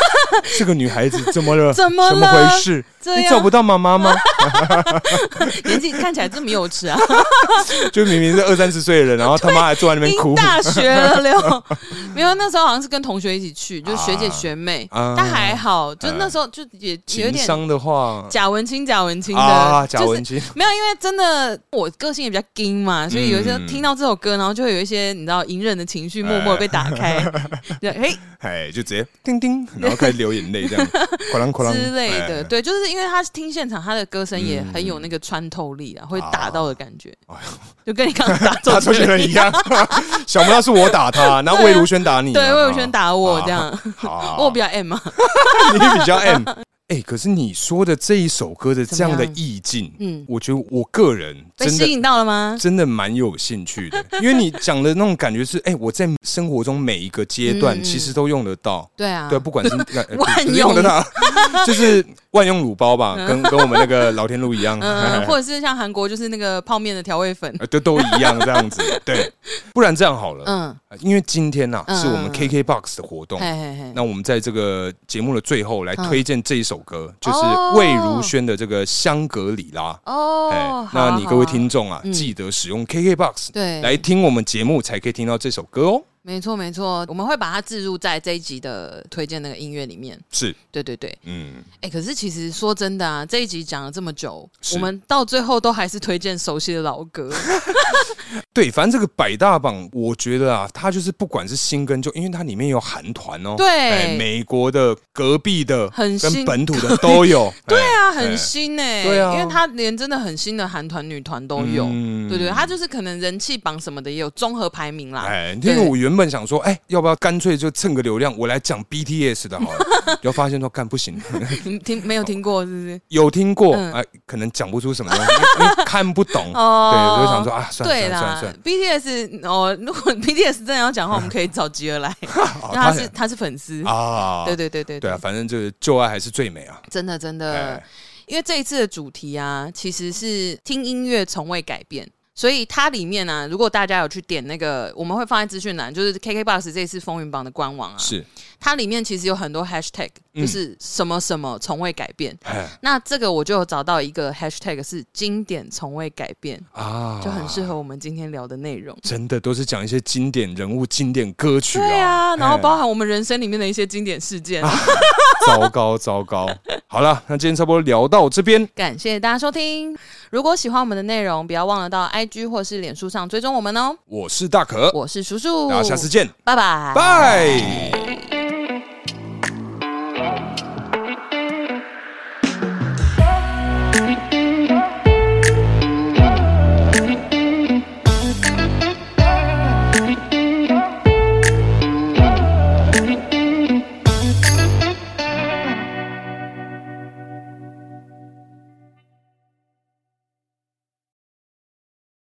这个女孩子怎么了？
怎么了
怎么回事？
这
你找不
样
到妈妈吗？
年纪 看起来这么幼 稚啊，
就明明是二三十岁的人，然后他妈还坐在那边
已经
哭
大学了了。 没有，那时候好像是跟同学一起去，就是学姐
啊
学妹，
啊
但还好，就
啊
那时候就也有
情
点
商的话
贾文清贾文清的，
啊，
就
贾
是
文清
没有，因为真的我个性也比较硬嘛，所以有一些
嗯
听到这首歌，然后就会有一些你知道隐忍的情绪默默地被打 开，对，嘿
哎，就直接叮叮，然后开始流眼泪这样，哐啷哐啷
之类的，
哎嗯
对，就是因为他听现场，他的歌声也很有那个穿透力啊，会打到的感觉，
哎
就跟你刚刚 打周
打周
杰
杰
伦
伦
一
一
样。
样， 想不到是我打他，然后魏如萱打你啊，
对，魏如萱打我
啊
这样，
好，
我比较 M 啊嘛，
你比 较 M。哎、可是你说的这一首歌的这样的
怎么样
意境，嗯
嗯，
我觉得我个人
被
真
吸
的
引到了吗？
真的蛮有兴趣的，因为你讲的那种感觉是，哎、我在生活中每一个阶
嗯
段
嗯
其实都用得到，
对啊，
对，不管是、呃、
万
不是用得到，就是万用卤包吧，跟跟我们那个老天路一样，
嗯，或者是像韩国就是那个泡面的调味粉，
呃都都一样这样子。对，不然这样好了，
嗯，
呃因为今天呐
嗯
是我们
嗯
KKBOX 的活动
嘿。嘿嘿，
那我们在这个节目的最后来
嗯
推荐这一首歌，就是
哦
魏如萱的这个《香格里拉》。哎
哦，好啊
那你各位，听
好啊
众啊，
嗯
记得使用 KKBOX
对，
来听我们节目，才可以听到这首歌哦。
没错没错，我们会把它置入在这一集的推荐那个音乐里面。
是，
对对对，
嗯，
哎、可是其实说真的啊，这一集讲了这么久，
是
我们到最后都还是推荐熟悉的老歌。
对，反正这个百大榜，我觉得啊，它就是不管是新跟旧，因为它里面有韩团哦，
对
哎美国的、隔壁的、
很
跟
新
本土的都有，
对啊，
哎
很新哎、
对啊
因为他连真的很新的韩团、女团都有，
嗯
对对，他就是可能人气榜什么的也有综合排名啦。
哎，因
对
为我原本想说，哎，要不要干脆就蹭个流量，我来讲 BTS 的好 了，就发现说干不行，
你听
哦
没有听过是不是？
有听过，
嗯
哎，可能讲不出什么 东西，因为看不懂，对，
哦
我就想说啊，算了
对
算了算了
啦
算了，
，BTS 哦，如果 BTS 真的要讲话，我们可以找吉 儿来，因为他是他是粉丝。
哦啊，
对对对对呃啊
对啊，，反正就是旧爱还是最美啊。
真的真的
哎，
因为这一次的主题啊，其实是听音乐从未改变。所以它里面呢、啊，如果大家有去点那个，我们会放在资讯栏，就是 KKBOX 这次风云榜的官网啊，
是，
它里面其实有很多 hashtag，
嗯
就是什么什么从未改变。
哎
那这个我就有找到一个 hashtag 是经典从未改变，
啊，
就很适合我们今天聊的内容。
真的都是讲一些经典人物、经典歌曲啊。
对啊，然后
哎啊
包含我们人生里面的一些经典事件。
糟糕糟 糕。好了，那今天差不多聊到这边，
感谢大家收听，如果喜欢我们的内容，不要忘了到 IG 或是脸书上追踪我们哦。
我是大可，
我是叔叔，哦
大家下次见，
拜拜，
拜。